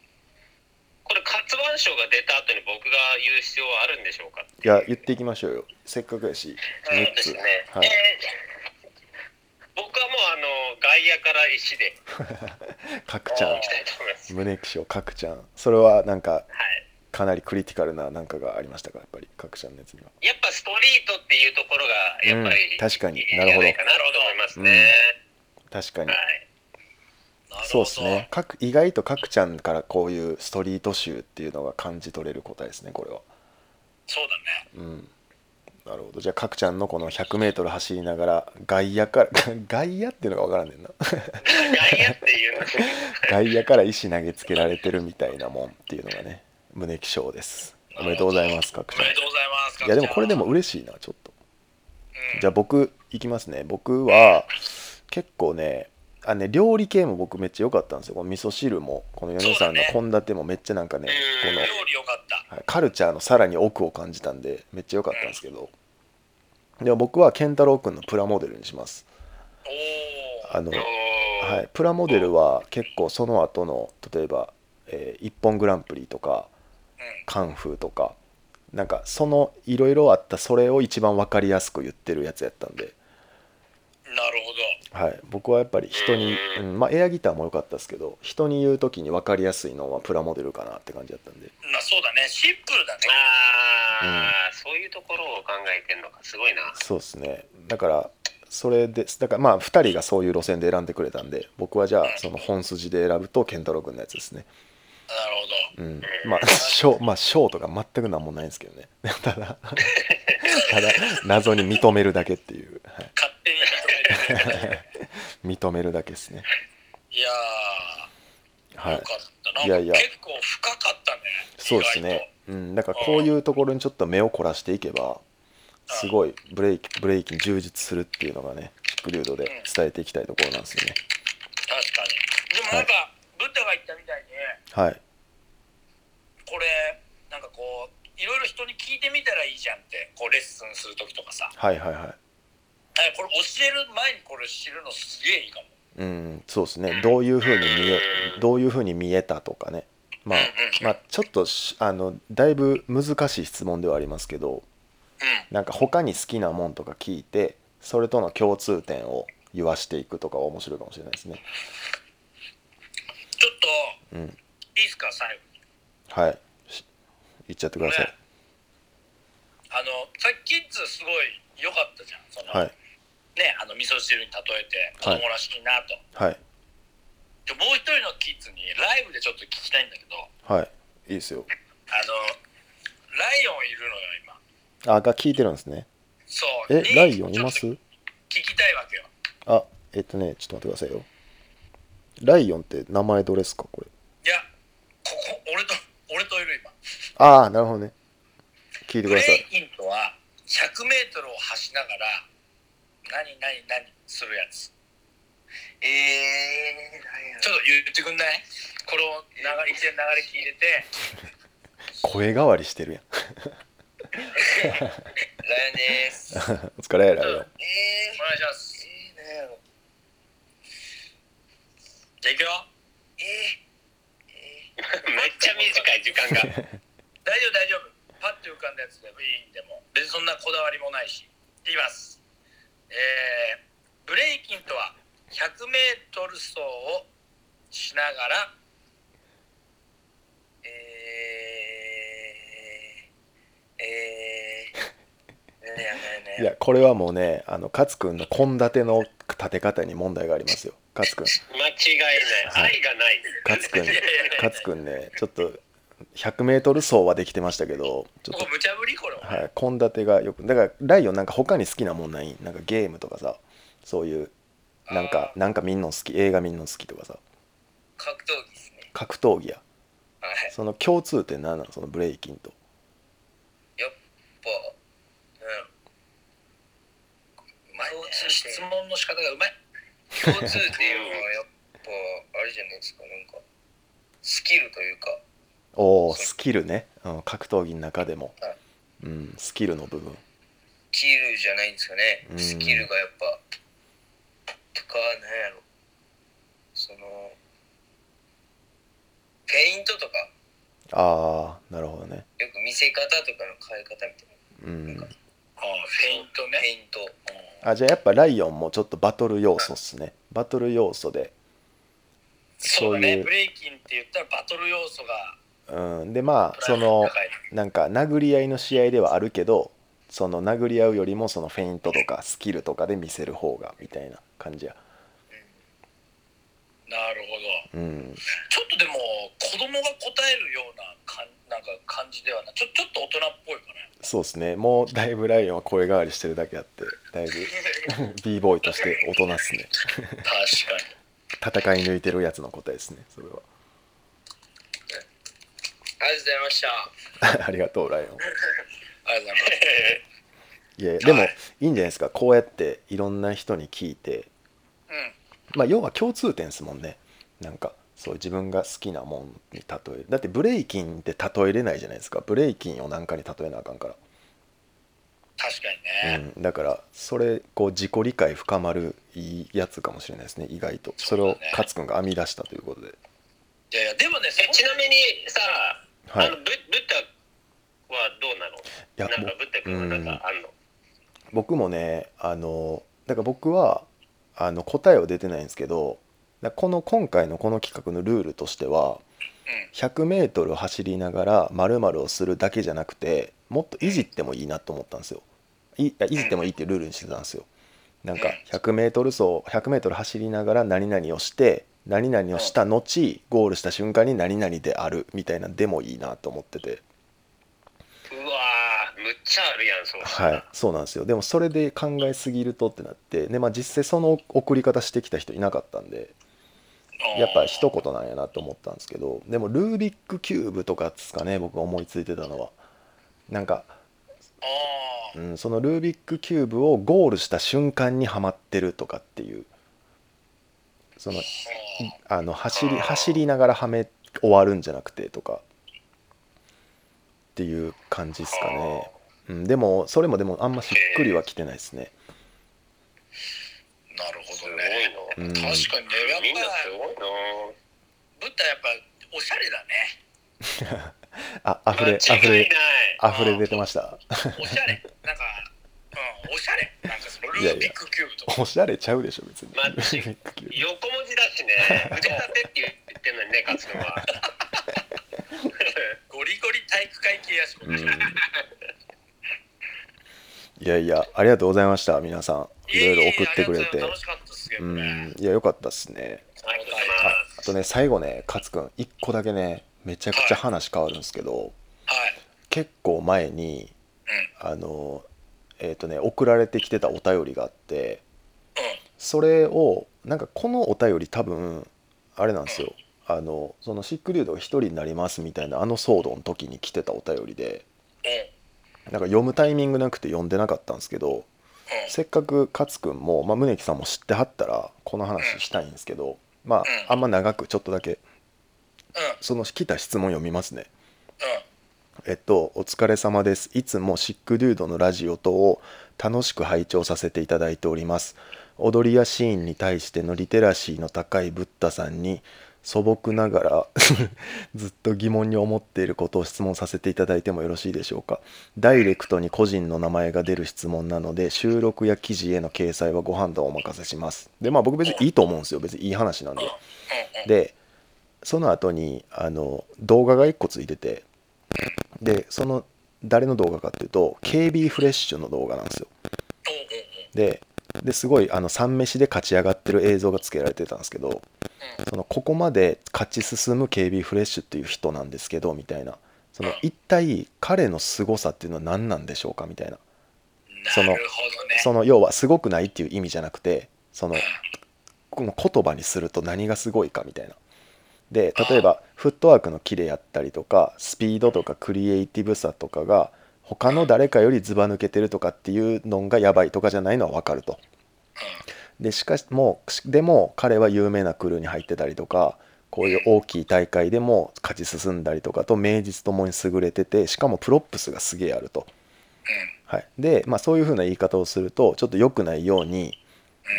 これ活腕賞が出た後に僕が言う必要はあるんでしょうか
いや言っていきましょうよせっかくやし
そう
6
です
つ
ね、
はい
えー僕はもうあの外野から石で
角ちゃ
いきたいと思います
ん宗木賞角ちゃんそれはなんか
はい
かなりクリティカルななんかがありましたかやっぱり角ちゃんのやつには
やっぱストリートっていうところがやっぱり、
うん確かに
いいんじ
な
ゃ
る
な
ほど
いかなと思いますね、
確かに
はい
なるほど
そうですね各意外と角ちゃんからこういうストリート集っていうのが感じ取れる答えですねこれは
そうだね
うんなるほどじゃあ角ちゃんのこの 100m 走りながら外野から [laughs] 外野っていうのが分からんねんな [laughs]
外野っていうの
外野から石投げつけられてるみたいなもんっていうのがね胸気象ですおめでとうございます角
お
ちゃん
めでとうございます
いやでもこれでも、嬉しいなちょっとじゃあ僕いきますね僕は結構ねあね料理系も僕めっちゃ良かったんですよこの味噌汁もこの米さんの献立もめっちゃなんかね
そうだね
この
カツ料理よかった
はいカルチャーのさらに奥を感じたんでめっちゃ良かったんですけどでも僕は健太郎くんのプラモデルにします
おお
あの、は
はい
い、プラモデルは結構その後の例えば、えー、一本グランプリとか
うん
カンフーとかなんかそのいろいろあったそれを一番分かりやすく言ってるやつやったんで、
なるほど
はい、僕はやっぱり人に、
う
うんまあ、エアギターも良かったですけど人に言う時に分かりやすいのはプラモデルかなって感じだったんで
なそうだねシンプルだね
あー、そういうところを考えてんのかすごいな
そうですねだからそれでだからまあ2人がそういう路線で選んでくれたんで僕はじゃあその本筋で選ぶと健太郎君のやつですね
なるほど
うん、まあ賞まあ賞とか全くなんもないんですけどね [laughs] ただただ謎に認めるだけっていう、はい、
勝手に認めてる
認めるだけですね
いやー、
は
よ
い
かったなんか
いやいや
結構深かったね
そうですね、うん、だからこういうところにちょっと目を凝らしていけばすごいブレイキブレイキン充実するっていうのがねキックリュードで伝えていきたいところなんですよ
意
ね
外と確かにでもなんか、ブッダが言ったみたいに
はい
これなんかこういろいろ人に聞いてみたらいいじゃんってこうレッスンする時とかさ
はいはいはい
えこれ教える前にこれ知るのすげえいいかも
うん、そうですねどういうふうに見えどういうふうに見えたとかねまあ、まあ、ちょっとしあのだいぶ難しい質問ではありますけど
うん
なんか他に好きなもんとか聞いてそれとの共通点を言わしていくとかは面白いかもしれないですね
ちょっと
う
い
ん
いですか最後に
はいし言っちゃってください、
ねあのさっきキッズすごい良かったじゃんその、
はい
ねあの味噌汁に例えて子
はい
供らしいなと、
はい
でもう一人のキッズにライブでちょっと聞きたいんだけど
はいいいですよ
あのライオンいるのよ今
あが聞いてるんですね
そう
え
に
ライオンいま
ちょっと
す
聞きたいわけよ
あえっとねちょっと待ってくださいよライオンって名前どれですかこれ
いやここ俺と俺といる今
ああなるほどね聞いてく
ブ
ださ
レ
い
イキンとは 100m を走りながら何何何するやつ
えー、なんや
ちょっと言ってくんないこれを流れ一連の流れ聞いてて
声変わりしてるやん [laughs]
ろライオンです。え
お疲れライオ
お、
ン
ー
願いします
えー、なんやろ。
じゃあいくよ
え
めっちゃ短い時
[laughs]
間が
大丈夫大丈夫パッと浮かんだやつでもいいんでも別にそんなこだわりもないしいきますえー、ブレイキンとは 100m 走をしながら
ー、えー、えー、なんやなんやなんや
いやこれはもうねあの勝君の献立の立て方に問題がありますよ勝君
間違いない愛がない
勝君
い
[laughs]
やいやいや
勝君ねちょっと 100m 走はできてましたけどちょ
こ
っ
こ無茶ぶりこれ
とはい献立がよくだからライオンなんか他に好きなもんないなんかゲームとかさそういうなんかなんかみんの好き映画みんの好きとかさ
格闘技ですね。
格闘技や
はい。
その共通点何なのそのブレイキンと
ぽ、う
うまいね
共通点
質問の仕方がうまい
ん。共通点はやっぱ、あれじゃないですか、なんか、スキルというか、
おおスキルね、うん、格闘技の中でも
はい、
うん、スキルの部分
キルじゃないんですかね
う。ん
スキルがやっぱ、とか、なんやろ。その、ペイントとか、
ああなるほどね
よく見せ方とかの変え方みたいな。
うん
ああフェイントね
ペイント。
あじゃあやっぱライオンもちょっとバトル要素っすねバトル要素で、
そうだ
そうい
ね
う
ブレイキンって言ったらバトル要素が
うん、でまあ
プラ
そ
イド
の
が高い
なんか殴り合いの試合ではあるけどその殴り合うよりもそのフェイントとかスキルとかで見せる方がみたいな感じや
なるほど
うん
ちょっとでも子供が答えるようなかんなんか感じではないちょちょっと大人っぽいかね
そうですねもうだいぶライオンは声変わりしてるだけあってだい [laughs] ぶ b ボーイとして大人っすね
確かに
戦い抜いてるやつの答えですねそれは
ありがとうございました。
[laughs] ありがとうライオ
あ
ン
りがとうござい
[laughs]
ます
いやでもいいんじゃないですかこうやっていろんな人に聞いて
うん
まあ、要は共通点ですもんねなんかそう自分が好きなもんに例えるだってブレイキンって例えれないじゃないですかブレイキンを何かに例えなあかんか
確かに
ら、
ね、
うん、だからそれこう自己理解深まるいいやつかもしれないですね意外とそれを
そうだね
勝くんが編み出したということで
いやいやでもね
えちなみにさ、
は
あの
い、
ブブッダはどうなのな
や
んか
も
ブッダ君はなんかあんの
僕もねあのだから僕はあの答えは出てないんですけどだこの今回のこの企画のルールとしては 100m 走りながら〇〇をするだけじゃなくてもっといじってもいいなと思ったんですよいいやいじってもいいっていうルールにしてたんですよなんか 100m 走 100m 走りながら何々をして何々をした後ゴールした瞬間に何々であるみたいなんでもいいなと思ってて
うわーむっちゃあるやんそうした
は
ら
い、そうなんですよでもそれで考えすぎるとってなってで、まあ、実際その送り方してきた人いなかったんでやっぱ一言なんやなと思ったんですけどでもルービックキューブとかですかね僕が思いついてたのはなんか、
あ
うん、そのルービックキューブをゴールした瞬間にはまってるとかっていうそのあの走り走りながらはめ終わるんじゃなくてとかっていう感じですかね、うん、でもそれもでもあんましっくりはきてないですね
あなるほ
すご
ど
い
ね
う
の
ん
確かにねやっ
みんなす
ぱ
ごいの
舞台やっぱおしゃれだね
あ、溢れ、
間
溢
違い
れ、
ない
溢れ出てました。
おしゃれなんかうんおしゃれなんかそのルービックキューブとか
おしゃれちゃうでしょ、別に。
まあ横文字だし
[laughs]
ね腕立てって言ってんのにね勝つのは
ゴリゴリ体育会系やしも
うん
ね
いやいや、ありがとうございました、皆さん。いろいろ送ってくれ
いやいやいやありがと
て
うございます楽。しかったですけ
う
どね
ん、いや、よかったっすね。
ありがとうござい
あ
ます
あとね、最後ね、勝くん、一個だけね、めちゃくちゃ話変わるんですけど、
はい
結構前に、あの、えっとね、送られてきてたお便りがあって、
う
それをなんかこのお便り多分あれなんですよあのそのシックリュードが一人になりますみたいなあの騒動の時に来てたお便りで
んうん
なんか読むタイミングなくて読んでなかったんですけど
うん
せっかく勝くんも、まあ、宗木さんも知ってはったらこの話したいんですけどまああんま長くちょっとだけ
うん
その来た質問読みますね。
うん
えっと、お疲れ様です。いつもシックデュードのラジオ等を楽しく拝聴させていただいております。踊りやシーンに対してのリテラシーの高いブッダさんに素朴ながら [laughs] ずっと疑問に思っていることを質問させていただいてもよろしいでしょうか。ダイレクトに個人の名前が出る質問なので収録や記事への掲載はご判断をお任せします。で、まあ僕別にいいと思うんですよ。別にいい話なんで。でその後にあの動画が1個ついててでその誰の動画かっていうと KB フレッシュの動画なんですよでですごいあの3飯で勝ち上がってる映像がつけられてたんですけどそのここまで勝ち進む KB フレッシュっていう人なんですけどみたいなその一体彼の凄さっていうのは何なんでしょうかみたいなそ
そ
の
のなるほどね
その要はすごくないっていう意味じゃなくてその
うん
この言葉にすると何がすごいかみたいな。で例えばフットワークのキレやったりとかスピードとかクリエイティブさとかが他の誰かよりずば抜けてるとかっていうのがやばいとかじゃないのは分かると。でしかしもうしでも彼は有名なクルーに入ってたりとかこういう大きい大会でも勝ち進んだりとかと名実ともに優れててしかもプロップスがすげえあると。はい、で、まあ、そういうふうな言い方をするとちょっと良くないように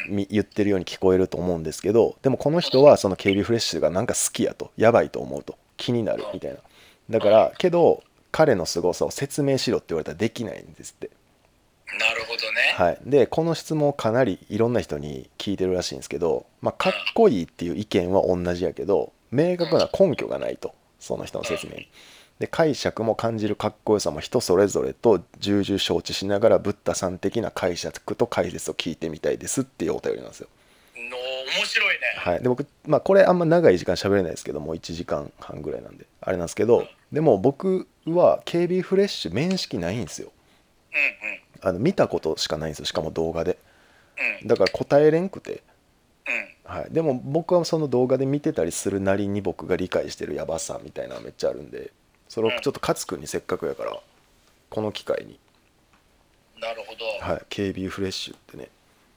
み言ってるように聞こえると思うんですけどでもこの人はその KB フレッシュがなんか好きやとやばいと思うと気になるみたいなだからけど彼の凄さを説明しろって言われたらできないんですって
なるほどね
はい、でこの質問をかなりいろんな人に聞いてるらしいんですけど、まあ、かっこいいっていう意見は同じやけど明確な根拠がないとその人の説明に。で解釈も感じるかっこよさも人それぞれと重々承知しながらブッダさん的な解釈と解説を聞いてみたいですっていうお便りなんですよ。
の面白いね
はい、で僕、まあ、これあんま長い時間喋れないですけどもう1時間半ぐらいなんであれなんですけどでも僕は KB フレッシュ面識ないんですよ。
うんうん
あの見たことしかないんですよしかも動画で。
うん
だから答えれんくて。
うん
はい、でも僕はその動画で見てたりするなりに僕が理解してるやばさみたいなのめっちゃあるんでそれをちょっと勝君にせっかくやからこの機会に、
なるほど、
はい、KB フレッシュってね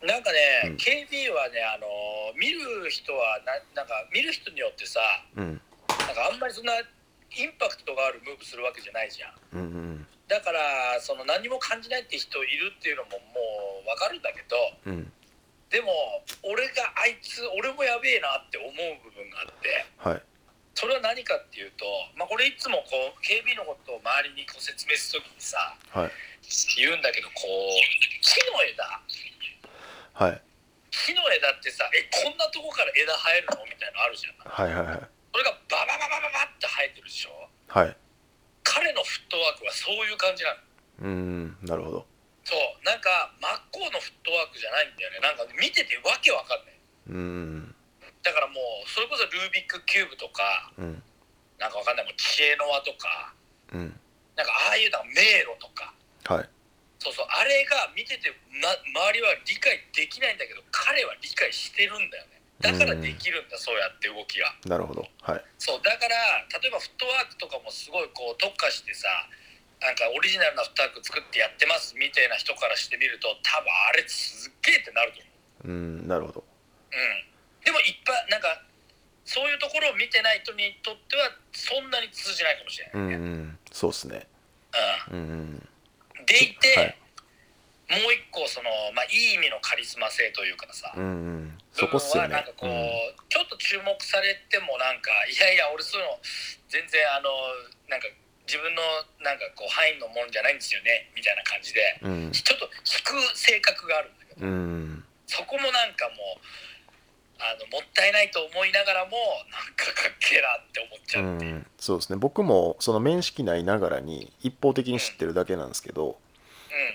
なんか
う
ね、
ん
KB はねあのー見る人はななんか見る人によってさ
うん
なんかあんまりそんなインパクトがあるムーブするわけじゃないじゃん
うんうん
だからその何も感じないって人いるっていうのももうわかるんだけ
う
ど
ん
でも俺があいつ俺もやべえなって思う部分があって
はい
それは何かっていうと、まあ、これいつもこう KB のことを周りにこう説明するときにさ
はい
言うんだけどこう木の枝
はい
木の枝ってさえこんなとこから枝生えるのみたいなのあるじゃん
はいはいはい
それがババババババって生えてるでしょ
はい
彼のフットワークはそういう感じなの
うーんなるほど
そうなんか真っ向のフットワークじゃないんだよねなんか見ててわけわかんないう
ーん
だからもうそれこそルービックキューブとか
うん
なんかわかんないもう知恵の輪とか
うん
なんかああいうのは迷路とか
はい
そうそうあれが見ててな周りは理解できないんだけど彼は理解してるんだよねだからできるんだそうやって動きが
なるほどはい
そうだから例えばフットワークとかもすごいこう特化してさなんかオリジナルなフットワーク作ってやってますみたいな人からしてみると多分あれすっげえってなると思う
うーんなるほど
うんでもいっぱいなんかそういうところを見てない人にとってはそんなに通じないかもしれ
う
ない
んう
ね、
んそうっすねうんうん
うん、でいて、
はい
もう一個その、まあ、いい意味のカリスマ性というかさ、
うんうんそこっすよ
部分はなん
ね
かこう、ちょっと注目されてもなんかいやいや俺そういうの全然あのなんか自分のなんかこう範囲のもんじゃないんですよねみたいな感じで
うん
ちょっと引く性格があるんだけど
うんうん
そこもなんかもうあのもったいないと思いながらもなんかかっけえなって思っち
う
ゃうっていう。
んそうですね僕もその面識ないながらに一方的に知ってるだけなんですけど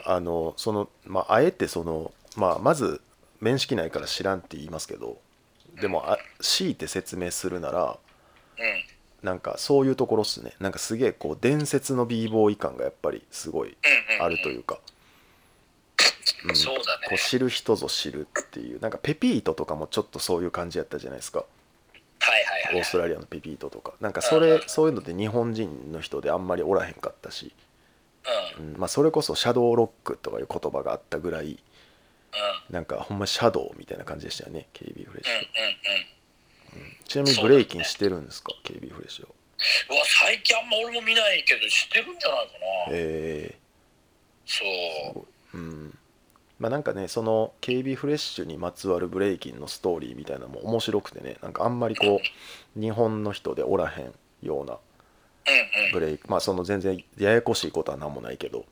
うん
あのそのまああえてそのまあまず面識ないから知らんって言いますけどでもあ強いて説明するなら
うん
なんかそういうところっすねなんかすげえこう伝説の b ボーイ感がやっぱりすごい
うんうん
あるというか、うん
そうだね
こう知る人ぞ知るっていうなんかペピートとかもちょっとそういう感じやったじゃないですか
はいはいはい
オ
はい
ーストラリアのペピートとかなんかそれそういうのって日本人の人であんまりおらへんかったし、
うん
うんまあ、それこそシャドーロックとかいう言葉があったぐらい
うん
なんかほんまシャドウみたいな感じでしたよね KB フレッシ
うんう
ュ、
ん
ちなみにブレイキンしてるんですか KB フレッシュを
うんうわ最近あんま俺も見ないけど知ってるんじゃないかな
え
そう
ー、うんまあなんかねその KB フレッシュにまつわるブレイキンのストーリーみたいなのも面白くてねなんかあんまりこう日本の人でおらへんような
うんうん
ブレイクまあその全然ややこしいことは何もないけど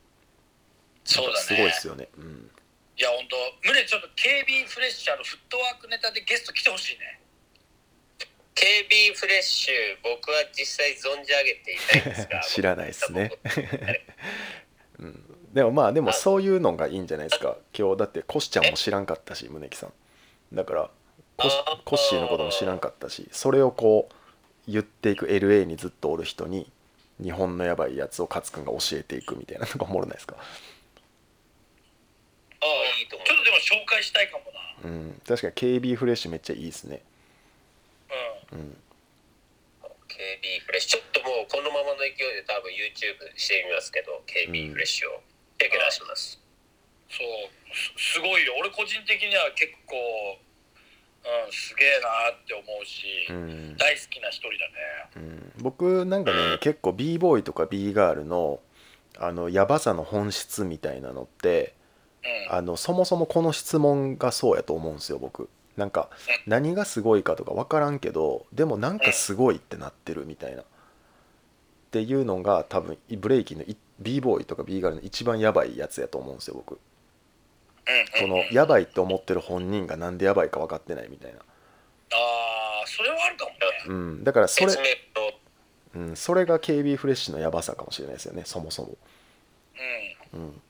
そうだね
すごいですよねうん
いや本当ムネちょっと KB フレッシャーのフットワークネタでゲスト来てほしいね
KB フレッシュ僕は実際存じ上げていないん
[laughs]
ですが
知らないですね
僕
でもまあでもそういうのがいいんじゃないですか今日だってコシちゃんも知らんかったし宗木さんだからコシ
あー
コッシーのことも知らんかったしそれをこう言っていく LA にずっとおる人に日本のやばいやつを勝くんが教えていくみたいな [laughs] のがおもろないですか
ああいいと思
ちょっとでも紹介したいかもな
うん確かに KB フレッシュめっちゃいいですね
うん
うん
う KB フレッシュちょっともうこのままの勢いで多分 YouTube してみますけど KB フレッシュをチェック出します、
そうすすごいよ俺個人的には結構うんすげえなーって思うし、
うん
大好きな一人だね
うん僕なんかね結構 b ボーイとか b ガールのあのやばさの本質みたいなのって
うん
あのそもそもこの質問がそうやと思うんですよ僕なんか何がすごいかとか分からんけどでもなんかすごいってなってるみたいなっていうのが多分ブレイキンの b ボーイとか b ガールの一番やばいやつやと思うんですよ僕
うん
そ
うん
のやばいって思ってる本人がなんでやばいか分かってないみたいな、
ああそれはあるかもね
うん、だからそ
説
れ、
明の
うん、それが KB フレッシュのやばさかもしれないですよねそもそも
うん
うん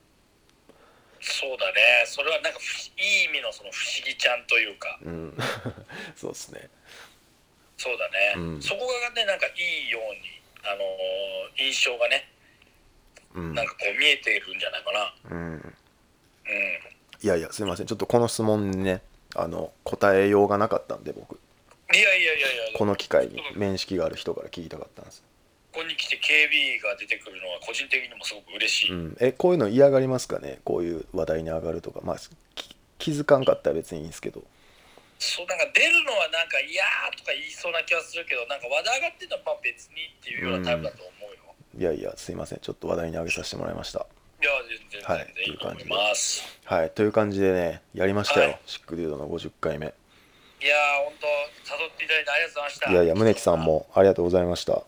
そうだねそれはなんかふしいい意味のその不思議ちゃんというか
うん [laughs] そうですね
そうだね、
うん
そこがねなんかいいようにあのー印象がね
うん
なんかこう見えているんじゃないかな。
うん
うん。
いやいやすいませんちょっとこの質問にねあの答えようがなかったんで僕
いやいやいやいや。
この機会に面識がある人から聞きたかったんです、
ここに来て KB が出てくるのは個人的にもすごく嬉しい。
う
うん。
ん、えこういうの嫌がりますかねこういう話題に上がるとかまあき気づかんかったら別にいいんですけど
そうなんか出るのはなんかいやーとか言いそうな気はするけど、なんか話題上がってんのはまあ別にっていうようなタイプだと思うよ。
いやいやすいませんちょっと話題に上げさせてもらいました
いや全然
はい
全然いいと思います。
はいという感じでねやりましたよ、
はい
シックデュードの50回目
いやー、本当誘っていただいてありがとうございました。
いやいや宗木さん。もありがとうございました、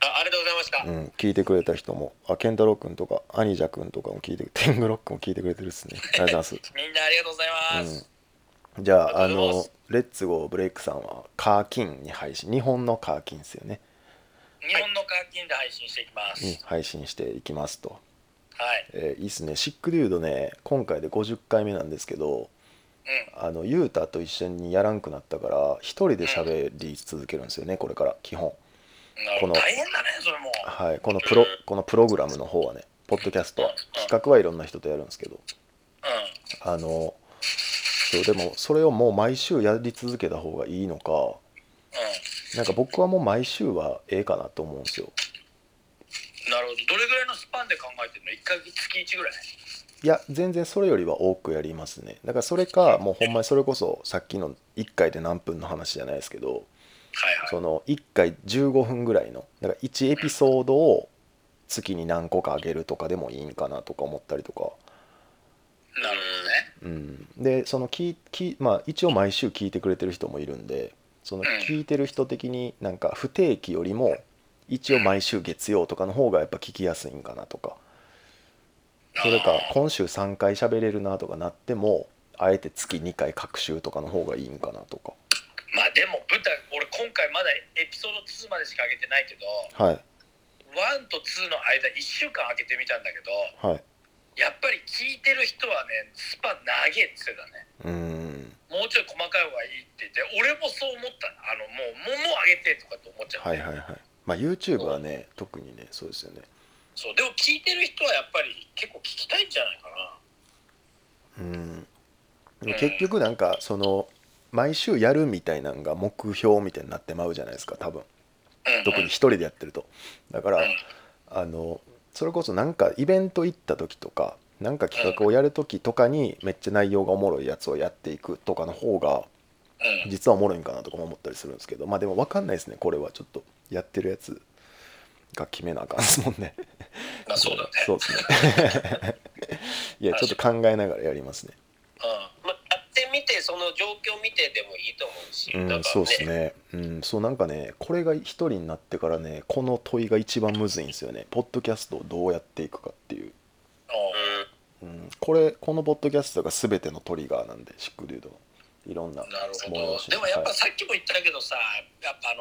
あありがとうございました。
うん、聞いてくれた人もあ健太郎君とかアニジャ君とかも聞いて [laughs] 天狗ロックも聞いてくれてるっすねありがとうござい
みんなありがとうござい
ま
ます
す、。うん、じゃああ
ありがとうございま
の
す
レッツゴーブレイクさんはカーキンに配信日本のカーキンですよね
日本の課金で配信していきます。
に配信していきますと、
はい。
えーいいっすねシックデュードね今回で50回目なんですけど
うん。
あのユータと一緒にやらんくなったから一人で喋り続けるんですよねこれから基本
なる
こ
ほ
の
ど大変だね、それも。
はいこのプロこのプログラムの方はねポッドキャストは企画はいろんな人とやるんですけど
う
あのそうでもそれをもう毎週やり続けた方がいいのか
ん。
なんか僕はもう毎週はええかなと思うんですよ
うん。なるほど。どれぐらいのスパンで考えてるの ?1 ヶ月月1ぐらい。
いや全然それよりは多くやりますねだからそれかもうほんまにそれこそさっきの1回で何分の話じゃないですけど
はいはい。
その1回15分ぐらいのだから1エピソードを月に何個かあげるとかでもいいんかなとか思ったりとか、
なるほどね。
うん、でその聞聞、まあ、一応毎週聞いてくれてる人もいるんでその
ん
聞いてる人的になんか不定期よりも一応毎週月曜とかの方がやっぱ聞きやすいんかなとかそれか今週3回喋れるなとかなってもあえて月2回各週とかの方がいいんかなとか
まあでも、舞台、俺今回まだエピソード2までしか上げてないけど、
はい
1と2の間1週間上げてみたんだけど、
はい
やっぱり聞いてる人はね、スパン長えって言ってたね。
うん
もうちょい細かい方がいいって言って俺もそう思ったあのもうもうもう上げてとかって思っちゃう、
はいはいはいまあ YouTube はね特にねそうですよね
そうでも聞いてる人はやっぱり結構聞きたいんじゃないかな
うんでも結局なんかその毎週やるみたいなんが目標みたいになってまうじゃないですか多分特に一人でやってるとだからあのそれこそなんかイベント行った時とかなんか企画をやる時とかにめっちゃ内容がおもろいやつをやっていくとかの方が
うん
実はおもろいんかなとかも思ったりするんですけどまあでも分かんないですねこれはちょっとやってるやつが決めなあかんですもんね
まあそうだね
そうですね [laughs] いやちょっと考えながらやりますね
まあ、やってみてその状況見てでもいいと思うし、
う
だ
ん、
か
そう
ら
です
ね
ね、うん、そうなんかねこれが一人になってからねこの問いが一番むずいんですよねポッドキャストをどうやっていくかっていう、
うん
うん、これこのポッドキャストが全てのトリガーなんでシックデュードのいろんな
なるほ
催
ど
し
でもやっぱ
はい
さっきも言ったけどさやっぱあの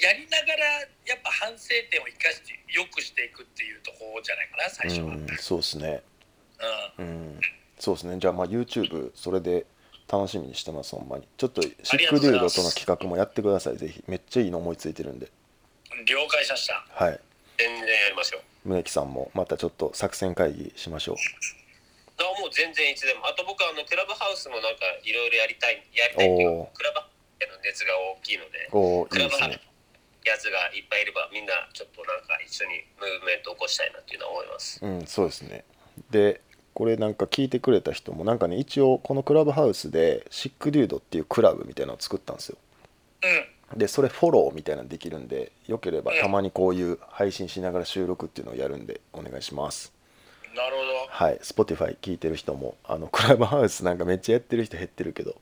やりながらやっぱ反省点を生かして良くしていくっていうところじゃないかな最初は、うん
うん、そうですねうんそうですねじゃあまあ YouTube それで楽しみにしてますほんまにちょっとシックデュードとの企画もやってくださいぜひめっちゃいいの思いついてるんで
了解しました
はい
全然やりましょう
宗木さんもまたちょっと作戦会議しましょう
あもう全然いつでもあと僕あのクラブハウスもなんかいろいろやりたいやりたいっていう
おー
クラブハウスへの熱が大きいので
おー
ク
い
ラ
いで
ブ
す
ハウス
ね
やつがいっぱいいればみんなちょっとなんか一緒にムーブメント起こしたいなっていうのは思います
うんそうですねでこれなんか聞いてくれた人もなんかね一応このクラブハウスでシックデュードっていうクラブみたいなのを作ったんですよ
うん
でそれフォローみたいなのできるんでよければたまにこういう配信しながら収録っていうのをやるんでお願いします
なるほど
はい Spotify 聞いてる人もあのクラブハウスなんかめっちゃやってる人減ってるけど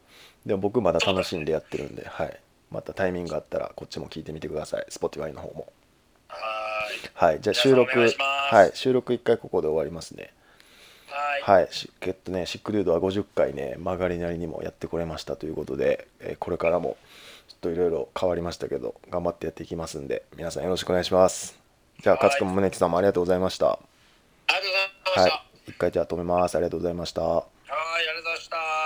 でも僕まだ楽しんでやってるんではいまたタイミングがあったらこっちも聞いてみてください Spotify の方も
はーい
はいじゃ
皆
あ
さん
収録
お願いします
はい収録1回ここで終わりますね
はい
はい、しえっとね、シックデュードは50回ね、曲がりなりにもやってこれましたということで、えーこれからもちょっといろいろ変わりましたけど、頑張ってやっていきますんで、皆さんよろしくお願いします。じゃあ、
はい
勝君、宗木さんもありがとうございました。は
ありがとうございました、
い、一回じゃあ止めます。ありがとうございました。
はいありがとうございました